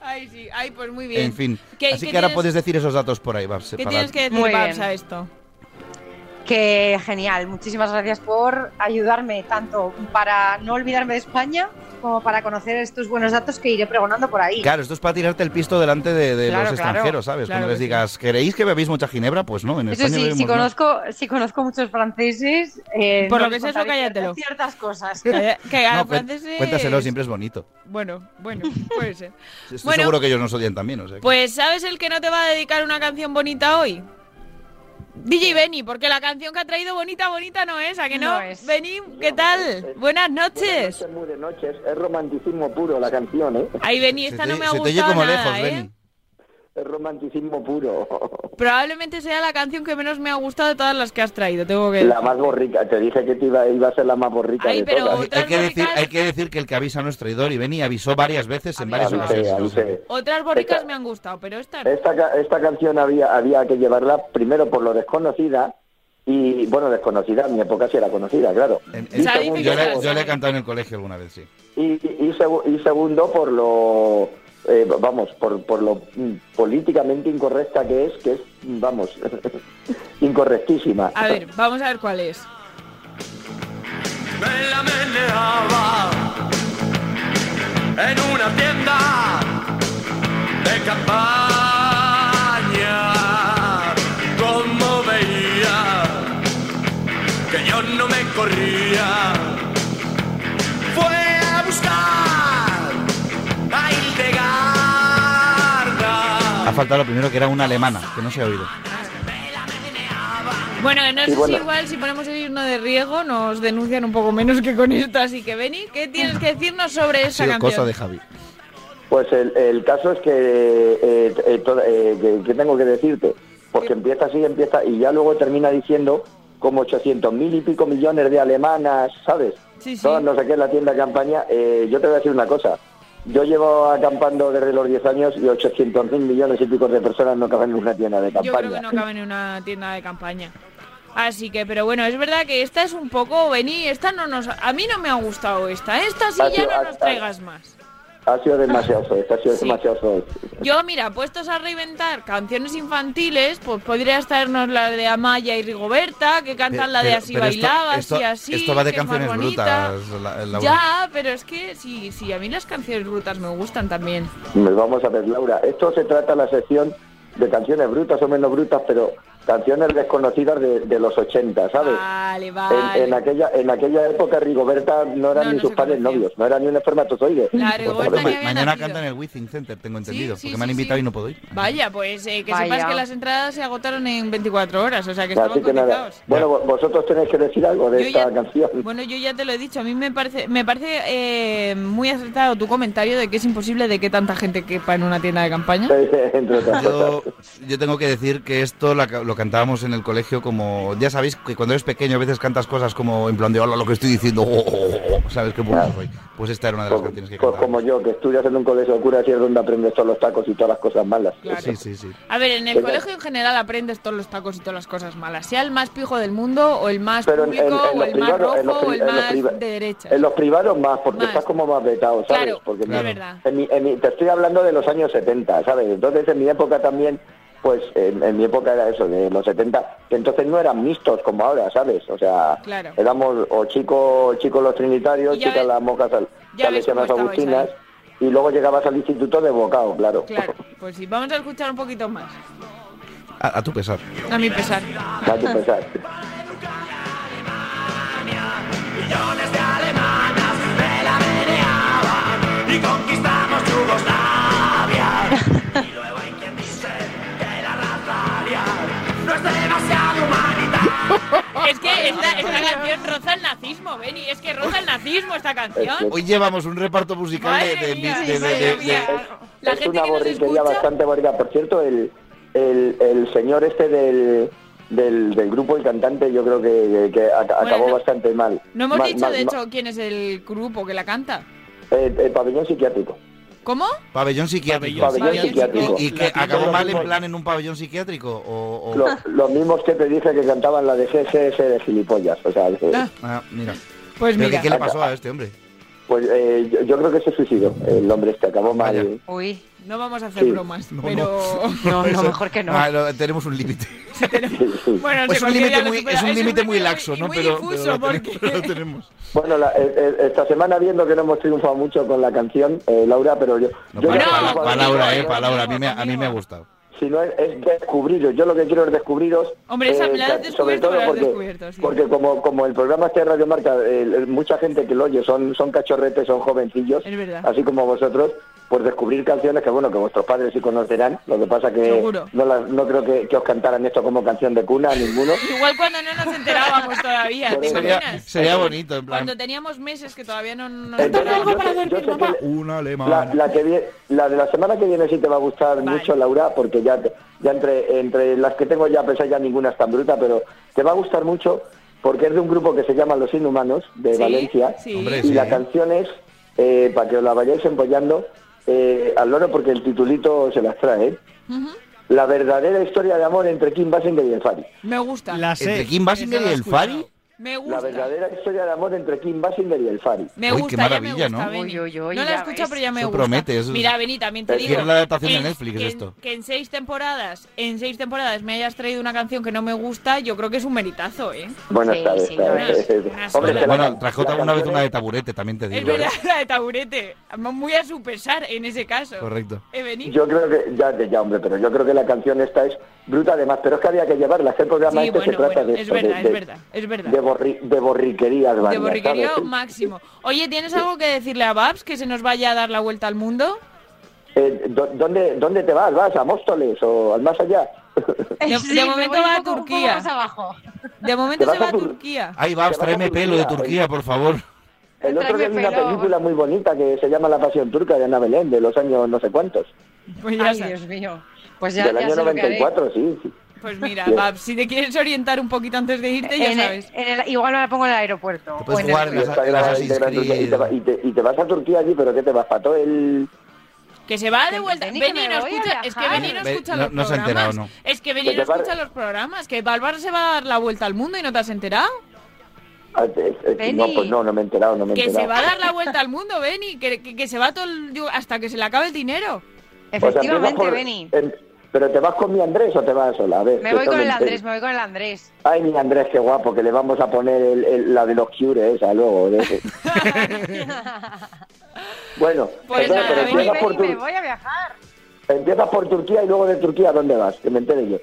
H: Ay, sí. Ay, pues muy bien.
A: En fin.
H: ¿Qué-
A: Así
H: qué
A: que ahora
H: tienes-
A: puedes decir esos datos por ahí, Babs.
H: ¿Qué
A: para-
H: tienes que decir,
I: Muy
H: Babs,
I: bien.
H: a esto?
I: Que genial, muchísimas gracias por ayudarme tanto para no olvidarme de España como para conocer estos buenos datos que iré pregonando por ahí.
A: Claro, esto es para tirarte el pisto delante de, de
I: Claro,
A: los
I: claro.
A: extranjeros, ¿sabes?
I: Claro
A: Cuando
I: que
A: les digas, ¿queréis que bebéis mucha ginebra? Pues no, en
I: Eso
A: España
I: sí,
A: bebemos
I: si
A: más.
I: conozco, si conozco muchos franceses, eh,
H: Por
I: no
H: lo que
I: les
H: sé, eso
I: contaré
H: cállatelo.
I: Ciertas cosas.
H: Que, que a
A: No,
H: los
A: cuen-
H: franceses...
A: Cuéntaselo, siempre es bonito.
H: Bueno, bueno, puede ser.
A: Estoy
H: Bueno.
A: seguro que ellos nos odian también, o sea que-
H: Pues ¿sabes el que no te va a dedicar una canción bonita hoy? DJ Benny, porque la canción que ha traído bonita, bonita no es, ¿a que no?
M: No es.
H: Benny, ¿qué tal? Buenas noches.
M: Muy de noches, es romanticismo puro la canción, ¿eh?
H: Ay, Benny, esta
M: Se te-
H: no me ha
M: se te oye
H: gustado
M: como
H: nada,
M: lejos,
H: ¿eh?
M: Benny. Es romanticismo puro.
H: Probablemente sea la canción que menos me ha gustado de todas las que has traído, tengo que
M: La más borrica, te dije que te iba, iba a ser la más borrica
H: Ay,
M: de
H: pero
M: todas.
A: Hay que, decir, hay que decir que el que avisa no es traidor y Benny avisó varias veces en varias
M: Avisé,
A: ocasiones.
M: avisé.
H: Otras borricas me han gustado, pero esta no.
M: Esta, ca- esta canción había, había que llevarla primero por lo desconocida y, bueno, desconocida, en mi época sí era conocida, claro. Y segundo-
A: Yo le, yo le he cantado en el colegio alguna vez, sí.
M: Y, y, segu- y segundo, por lo, eh, vamos, por, por lo mm, políticamente incorrecta que es, que es, mm, vamos, incorrectísima.
H: A ver, vamos a ver cuál es.
N: Me la meneaba en una tienda de campaña. Como veía que yo no me corría, fue a buscar a Hildegarda.
A: Ha faltado lo primero que era una alemana, que no se ha oído.
H: Bueno, no
M: Y
H: sé
M: bueno.
H: si igual si ponemos el himno de riego nos denuncian un poco menos que con esto, así que Beni, ¿qué tienes que decirnos sobre
M: Ha
H: esa
M: sido
H: canción?
M: cosa de
A: Javi.
M: Pues el, el caso es que, eh, eh, to- eh, que- que tengo que decirte, porque empieza así, empieza y ya luego termina diciendo como 800 mil y pico millones de alemanas, ¿sabes?
H: Sí, sí.
M: Todas no sé qué en la tienda de campaña. Eh, yo te voy a decir una cosa. Yo llevo acampando desde los 10 años y 800 mil millones y pico de personas no caben en una tienda de
H: Yo creo
M: campaña.
H: que no caben en una tienda de campaña. Así que, pero bueno, es verdad que esta es un poco, Beni, esta no nos, a mí no me ha gustado esta, esta sí
M: Ha
H: ya
M: sido-
H: no
M: ha-
H: nos
M: ha-
H: traigas más.
M: Ha sido demasiado soez, ha sido
H: Sí.
M: demasiado soez.
H: Yo, mira, puestos a reinventar canciones infantiles, pues podrías traernos la de Amaya y Rigoberta, que cantan la de
A: Pero-
H: Así
A: pero esto-
H: bailabas
A: esto-
H: y así,
A: Esto va de
H: que es más
A: canciones
H: bonita.
A: brutas. la- la-
H: Ya, pero es que sí, sí, a mí las canciones brutas me gustan también.
M: Pues Vamos a ver, Laura, esto se trata la sección de canciones brutas o menos brutas, pero canciones desconocidas de, de los 80, ¿sabes?
H: Vale,
M: En,
H: Ah, vale.
M: en aquella en aquella época Rigoberta no eran ni sus padres novios, no era ni un espermatozoide.
H: La
M: Pues,
H: Rigoberta
A: Ma-
H: que había
A: Pues mañana
H: nacido.
A: cantan en el Within Center, tengo entendido,
H: sí,
A: porque
H: sí,
A: me han
H: sí.
A: invitado y no puedo ir.
H: Vaya, pues eh, que
I: Vaya.
H: sepas que las entradas se agotaron en 24 horas, o sea que estaban
M: pues, Así que nada,
H: cotizados.
M: bueno, vo- vosotros tenéis que decir algo de
H: Yo
M: esta canción.
H: Bueno, yo ya te lo he dicho, a mí me parece, me parece eh, muy acertado tu comentario de que es imposible de que tanta gente quepa en una tienda de campaña.
A: Yo, yo tengo que decir que esto la ca- lo cantábamos en el colegio como... Ya sabéis que cuando eres pequeño a veces cantas cosas como en plan de hola lo que estoy diciendo, oh, oh, oh", ¿sabes qué burro soy? Pues esta era una de las canciones que
M: Pues como yo, que estudias en un colegio de curas y es donde aprendes todos los tacos y todas las cosas malas.
A: Sí, sí, sí.
H: A ver, en el
M: Venga.
H: colegio en general aprendes todos los tacos y todas las cosas malas, sea el más pijo del mundo o el más
M: Pero en, en-
H: público
M: en
H: o
M: los
H: el más
M: privados,
H: rojo
M: en los,
H: o
M: pri-
H: el
M: en los
H: más
M: priva-
H: de derecha.
M: en los privados más, porque estás como más vetado, ¿sabes?
H: Claro,
M: porque
H: es
M: mira,
H: verdad.
M: en mi- en mi- te estoy hablando de los años 70, ¿sabes? Entonces en mi época también, pues en, en mi época era eso, de los 70, que entonces no eran mixtos como ahora, ¿sabes? O sea,
H: Claro.
M: éramos o chicos chicos los trinitarios,
H: Y ya
M: chicas
H: ves-
M: las mocas al-
H: ya ves cómo
M: salesianas
H: estabais
M: agustinas, y luego llegabas al instituto de bocado, claro.
H: Claro, pues sí, vamos a escuchar un poquito más,
A: A, a tu pesar.
H: a mi pesar.
M: A tu pesar.
N: millones de alemanas me la meneaban y conquistamos Yugoslavia. Y luego hay quien dice que la raza aria no es demasiado humanitaria.
H: Es que esta, esta canción roza el nazismo, Benny, es que roza el nazismo esta canción.
A: Hoy llevamos un reparto musical de-
H: Madre
A: de...
H: mía,
A: de- de-
H: madre
A: de-
H: mía. La
M: es
H: gente
M: una
H: que nos
M: borriquería
H: escucha-
M: bastante borrica. Por cierto, el, el, el señor este del, del, del grupo, el cantante, yo creo que, que a- acabó
H: no-
M: bastante mal.
H: No hemos
M: Mal-
H: dicho,
M: mal-
H: de
M: mal.
H: hecho, quién es el grupo que la canta.
M: Eh, eh, pabellón psiquiátrico.
H: ¿Cómo?
A: Pabellón psiquiátrico.
M: Pabellón Pabellón psiquiátrico.
A: ¿Y, y que
M: psiquiátrico.
A: acabó
M: Lo
A: mal en
M: mismo-
A: plan en un pabellón psiquiátrico? O, o-
M: Lo- los mismos que te dije que cantaban la de GGS de gilipollas. O sea, que-
A: Ah, mira.
H: Pues
A: Pero
H: mira.
A: ¿Qué le pasó a este hombre?
M: pues eh, yo, yo creo que se suicidó el hombre este, acabó mal.
H: Uy. No vamos a hacer
M: Sí.
H: bromas,
M: No,
H: pero...
A: Eso- Ah, no, tenemos un límite.
H: Bueno,
A: Pues
H: se
A: es un límite
H: considera lo
A: muy,
H: supera-
A: es un
H: es un
A: límite muy
H: límite
A: laxo,
H: muy-
A: ¿no?
H: muy
A: Pero,
H: difuso,
A: pero lo tenemos-
H: porque-
A: pero lo tenemos.
M: Bueno, la- eh, eh, esta semana viendo que no hemos triunfado mucho con la canción, eh, Laura, pero yo... yo
A: Para-
M: ya-
A: para- para Laura, eh, para Laura, a mí me, a mí me ha gustado.
M: Si no es, es descubriros. Yo lo que quiero es descubriros.
H: Hombre, esa me la has
M: ca-
H: descubierto,
M: sobre todo
H: me la has
M: porque,
H: descubierto, sí.
M: porque como, como el programa este de Radio Marca, el- el- mucha gente que lo oye son, son cachorretes, son jovencillos,
H: Es verdad.
M: así como vosotros, pues descubrir canciones que bueno, que vuestros padres sí conocerán. Lo que pasa que
H: Seguro.
M: no, las, no creo que, que os cantaran esto como canción de cuna ninguno.
H: Igual cuando no nos enterábamos todavía, ¿te
A: Sería-
H: imaginas?
A: sería bonito, en plan-
H: Cuando teníamos meses que todavía no nos
M: Entonces,
H: enterábamos.
M: yo sé- yo sé que
A: Un alemán.
M: La, la que vie- la de la semana que viene sí te va a gustar mucho, Laura, porque ya, te- ya entre, entre las que tengo ya, a pesar ya ninguna es tan bruta, pero te va a gustar mucho porque es de un grupo que se llama Los Inhumanos, de
O: Sí,
M: Valencia,
O: sí. Hombre,
M: y
O: sí.
M: la canción es, eh, para que os la vayáis empollando, eh, al loro porque el titulito se las trae, ¿eh? La verdadera historia de amor entre Kim Basinger y el Fari.
H: Me gusta.
A: ¿Entre Kim Basinger y el Fari?
H: Me
M: La
H: gusta.
M: verdadera historia de amor entre Kim Basinger y el Fari.
H: Me
A: Uy,
H: gusta,
A: qué
H: ya me
A: maravilla,
H: gusta,
A: ¿no?
H: Beni.
I: uy,
H: no la
I: ya
H: escucha,
I: ves.
H: pero ya me
A: Eso
H: gusta.
A: promete, eso-
H: Mira, Beni, también te
A: Es
H: digo.
A: que era la adaptación de
H: en-
A: Netflix,
H: que en-
A: esto.
H: Que en seis temporadas, en seis temporadas me hayas traído una canción que no me gusta, yo creo que es un meritazo, ¿eh?
M: Buenas tardes.
H: señoras, unas solas.
A: bueno, trajo una vez una de taburete, también te
H: Es
A: digo.
H: verdad, la de taburete. Muy a su pesar en ese caso.
A: Correcto.
H: Eh, Beni.
M: Yo creo que, ya, ya hombre, pero yo creo que la canción esta es bruta además, pero es que había que llevarla, es que el programa
H: Sí,
M: este se
H: bueno,
M: trata
H: bueno,
M: de
H: es
M: esto, de-
H: verdad,
M: de-
H: es verdad, es verdad.
M: de borri- de borriquerías,
H: De
M: varias,
H: borriquerío
M: ¿sabes?
H: máximo. Oye, ¿tienes algo que decirle a Babs que se nos vaya a dar la vuelta al mundo?
M: Eh, ¿dó- ¿dónde, ¿Dónde te vas? ¿Vas a Móstoles o al más allá?
H: De,
I: Sí,
H: de
I: me
H: momento
I: voy
H: va
I: un
H: a
I: poco- un poco
H: Turquía.
I: más abajo.
H: De momento
M: Te
H: se
M: vas
H: va
M: a
H: a
M: Tur-
H: Turquía.
A: Ahí va,
M: Te vas a
A: tráeme pelo de Turquía, por favor.
M: El otro día vi una película muy bonita que se llama La Pasión Turca de Ana Belén, de los años no sé cuántos.
H: Ay,
I: Dios mío. Pues ya,
M: del
I: ya
M: año
I: sé lo que haré.
M: 94, sí, sí.
H: Pues mira,
M: Bien.
H: Babs, si te quieres orientar un poquito antes de irte, ya
I: En el-
H: sabes.
I: en el- igual me la pongo en el aeropuerto.
A: puedes
I: o en el-
A: jugar
M: Y está en la- y te vas a Turquía, y te va- y te- y te vas a Turquía allí, pero ¿qué te vas? ¿Para todo el...?
H: Que se va de vuelta.
I: Vení, que
H: Venir
I: me
H: no
I: voy a
H: escucha. Es que
I: viajar.
H: venir no
A: Ve-
H: escucha
A: no-
H: los
A: no se ha
H: programas.
A: enterado, no.
H: Es que venir
M: Que
H: no
M: te va-
H: escucha los programas. Que Bárbara se va a dar la vuelta al mundo y no te has enterado.
M: Ah, eh, eh, No,
H: Vení.
M: pues no, no me he enterado, no me he
H: Que se
M: enterado.
H: va a dar la vuelta al mundo, Beni. Que, que- que se va todo el- digo, hasta que se le acabe el dinero.
M: O sea, empiezas
I: Efectivamente,
M: por-
I: Beni.
M: em- ¿Pero te vas con mi Andrés o te vas sola? A ver,
I: Me
M: que
I: voy
M: esto
I: con
M: me
I: el
M: entero.
I: Andrés, me voy con el Andrés.
M: Ay, mi Andrés, qué guapo, que le vamos a poner el- el- la de los cures esa luego. de ese. bueno,
I: Pues
M: entonces,
I: nada,
M: pero
I: Beni,
M: empiezas, por
I: Beni, me
M: Tur-
I: voy a viajar.
M: empiezas por Turquía y luego de Turquía, ¿a ¿dónde vas? Que me entere yo.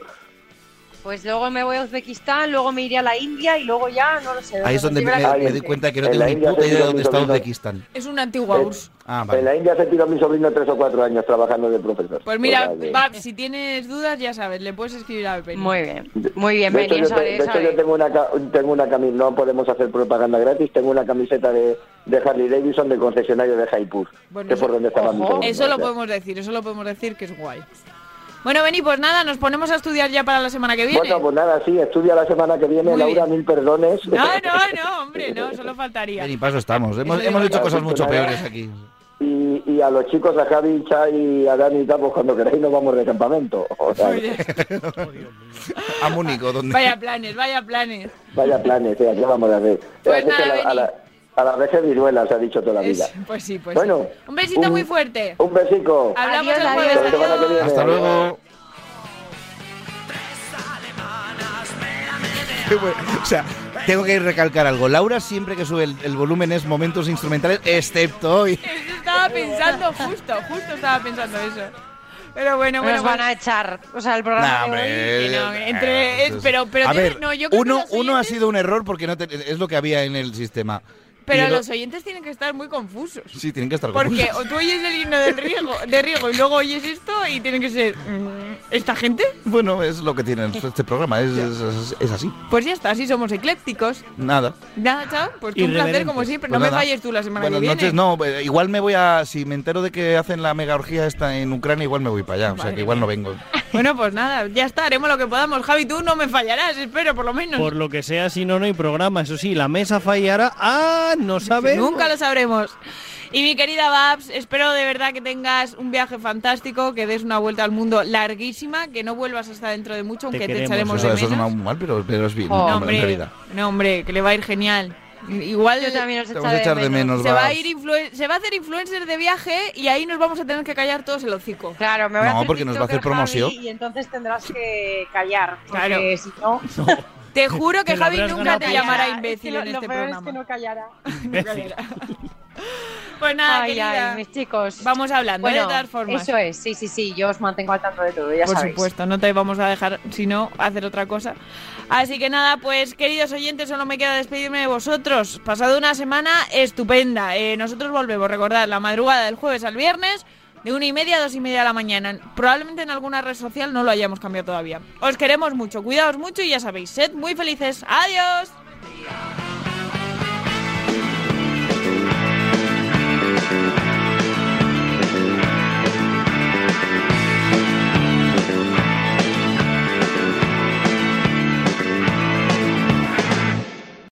I: Pues luego me voy a Uzbekistán, luego me iré a la India y luego ya, no lo sé.
A: Ahí es donde me,
I: consiga la-
A: me doy cuenta que no
M: En
A: tengo
M: la
A: ni
M: India
A: puta
M: se
A: idea de
M: tiró
A: dónde
M: mi
A: está
M: sobrino.
A: Uzbekistán.
H: Es una antigua URSS.
A: Ah,
M: En
A: vale.
M: la India se tiró mi sobrino tres o cuatro años trabajando de profesor.
H: Pues mira,
M: O sea que-
H: Babs, si tienes dudas, ya sabes, le puedes escribir a Beni.
I: Muy bien,
M: De-
I: muy bien,
M: de hecho,
I: Beni,
M: yo,
I: eso
M: te-
I: haré,
M: de
I: eso
M: hecho, yo
I: haré.
M: tengo una, ca- tengo una camiseta, no podemos hacer propaganda gratis, tengo una camiseta de, de Harley Davidson del concesionario de Jaipur,
H: Bueno,
M: que
H: eso-
M: por donde estaba mi sobrino,
H: Eso
M: o
H: lo
M: sea.
H: podemos decir, eso lo podemos decir que es guay. Bueno, Beni, pues nada, nos ponemos a estudiar ya para la semana que viene.
M: Bueno, pues nada, sí, estudia la semana que viene,
H: Muy
M: Laura, mil perdones.
H: No, no, no, hombre, no, solo faltaría.
A: Bien, y paso estamos. Hemos,
H: Eso digo
A: hemos hecho
M: yo.
A: cosas mucho peores aquí.
M: Y, y a los chicos, a Javi, Chay y a Dani, y tal, pues cuando queráis nos vamos de campamento. O sea,
H: Muy bien.
A: A Múnico, donde...
H: Vaya planes, vaya planes.
M: vaya planes, eh, ¿qué vamos a hacer?
H: Pues
M: Es que
H: nada,
M: a, la, a, la, a la vejez viruela se ha dicho toda la vida.
H: Es- pues sí, pues
M: Bueno,
H: sí. Un besito
M: un-
H: muy fuerte.
M: Un besico.
H: Hablamos el
I: Adiós,
H: jueves.
M: Hasta la semana que
H: adiós.
M: viene.
A: Hasta luego. Qué bueno. O sea, tengo que recalcar algo. Laura siempre que sube el, el volumen es momentos instrumentales, excepto hoy.
H: Eso estaba pensando, justo, justo estaba pensando eso. Pero bueno, bueno,
I: Nos van
H: bueno.
I: a echar, o sea, el programa de
A: Nah,
I: hoy-
A: hombre. eh,
H: que no, entre-
A: Entonces-
H: pero- pero
A: a
H: tiene-
A: ver,
H: no, yo creo que
A: uno,
H: los
A: uno ha
H: oyentes-
A: sido un error porque no te- es lo que había en el sistema.
H: Pero
A: Y lo-
H: los oyentes tienen que estar muy confusos.
A: Sí, tienen que estar
H: Porque
A: confusos.
H: o tú oyes el himno del riego, de riego y luego oyes esto y tienen que ser... mm, ¿Esta gente?
A: Bueno, es lo que tiene este programa, es, es- es- es así.
H: Pues ya está, así somos eclécticos.
A: Nada.
H: Nada, chao. Pues que un placer
B: Irreverentes.
H: como siempre.
A: Pues
H: no me
A: nada.
H: falles tú la semana
A: Buenas
H: que viene.
A: noches, no, eh, igual me voy a. Si me entero de que hacen la mega orgía esta en Ucrania, igual me voy para allá. o sea que igual no vengo.
H: Bueno, pues nada, ya está, haremos lo que podamos. Javi, tú no me fallarás, espero, por lo menos.
B: Por lo que sea, si no, no hay programa. Eso sí, la mesa fallará. ¡Ah! No sabes.
H: Nunca lo sabremos. Y mi querida Babs, espero de verdad que tengas un viaje fantástico, que des una vuelta al mundo larguísima, que no vuelvas hasta dentro de mucho, aunque te,
B: queremos.
H: echaremos
A: Eso,
H: de
A: eso
H: menos.
A: suena mal, pero, pero es bien.
H: No,
A: en
H: hombre,
A: realidad.
H: no, hombre, que le va a ir genial. Igual
I: Yo también os
A: Te vamos a echar de menos,
H: se va a
A: Babs.
H: ir influen- se va a hacer influencer de viaje y ahí nos vamos a tener que callar todos el hocico.
I: Claro, me voy
A: No,
I: a hacer
A: porque nos va a hacer
I: TikToker, Javi,
A: promoción.
I: Y entonces tendrás que callar,
H: Claro.
I: porque si no...
H: Te juro que
B: Te lo
H: Javi
B: habrás
H: nunca
B: ganado
H: te
B: por-
H: llamará
I: Callará, es que
H: imbécil
I: lo-
H: en
I: lo
H: este
I: peor es que
H: programa.
I: no callará.
B: Imbécil.
H: Pues nada,
I: ay,
H: querida.
I: ay, mis chicos.
H: Vamos hablando, ¿eh?
I: Bueno,
H: de todas formas.
I: Eso es, sí, sí, sí, yo os mantengo al tanto de todo, ya
H: Por
I: sabéis.
H: supuesto, no te vamos a dejar, si no, hacer otra cosa. Así que nada, pues queridos oyentes, solo me queda despedirme de vosotros. Pasado una semana estupenda. Eh, nosotros volvemos, recordad, la madrugada del jueves al viernes, de una y media a dos y media de la mañana. Probablemente en alguna red social no lo hayamos cambiado todavía. Os queremos mucho, cuidaos mucho y ya sabéis, sed muy felices. ¡Adiós!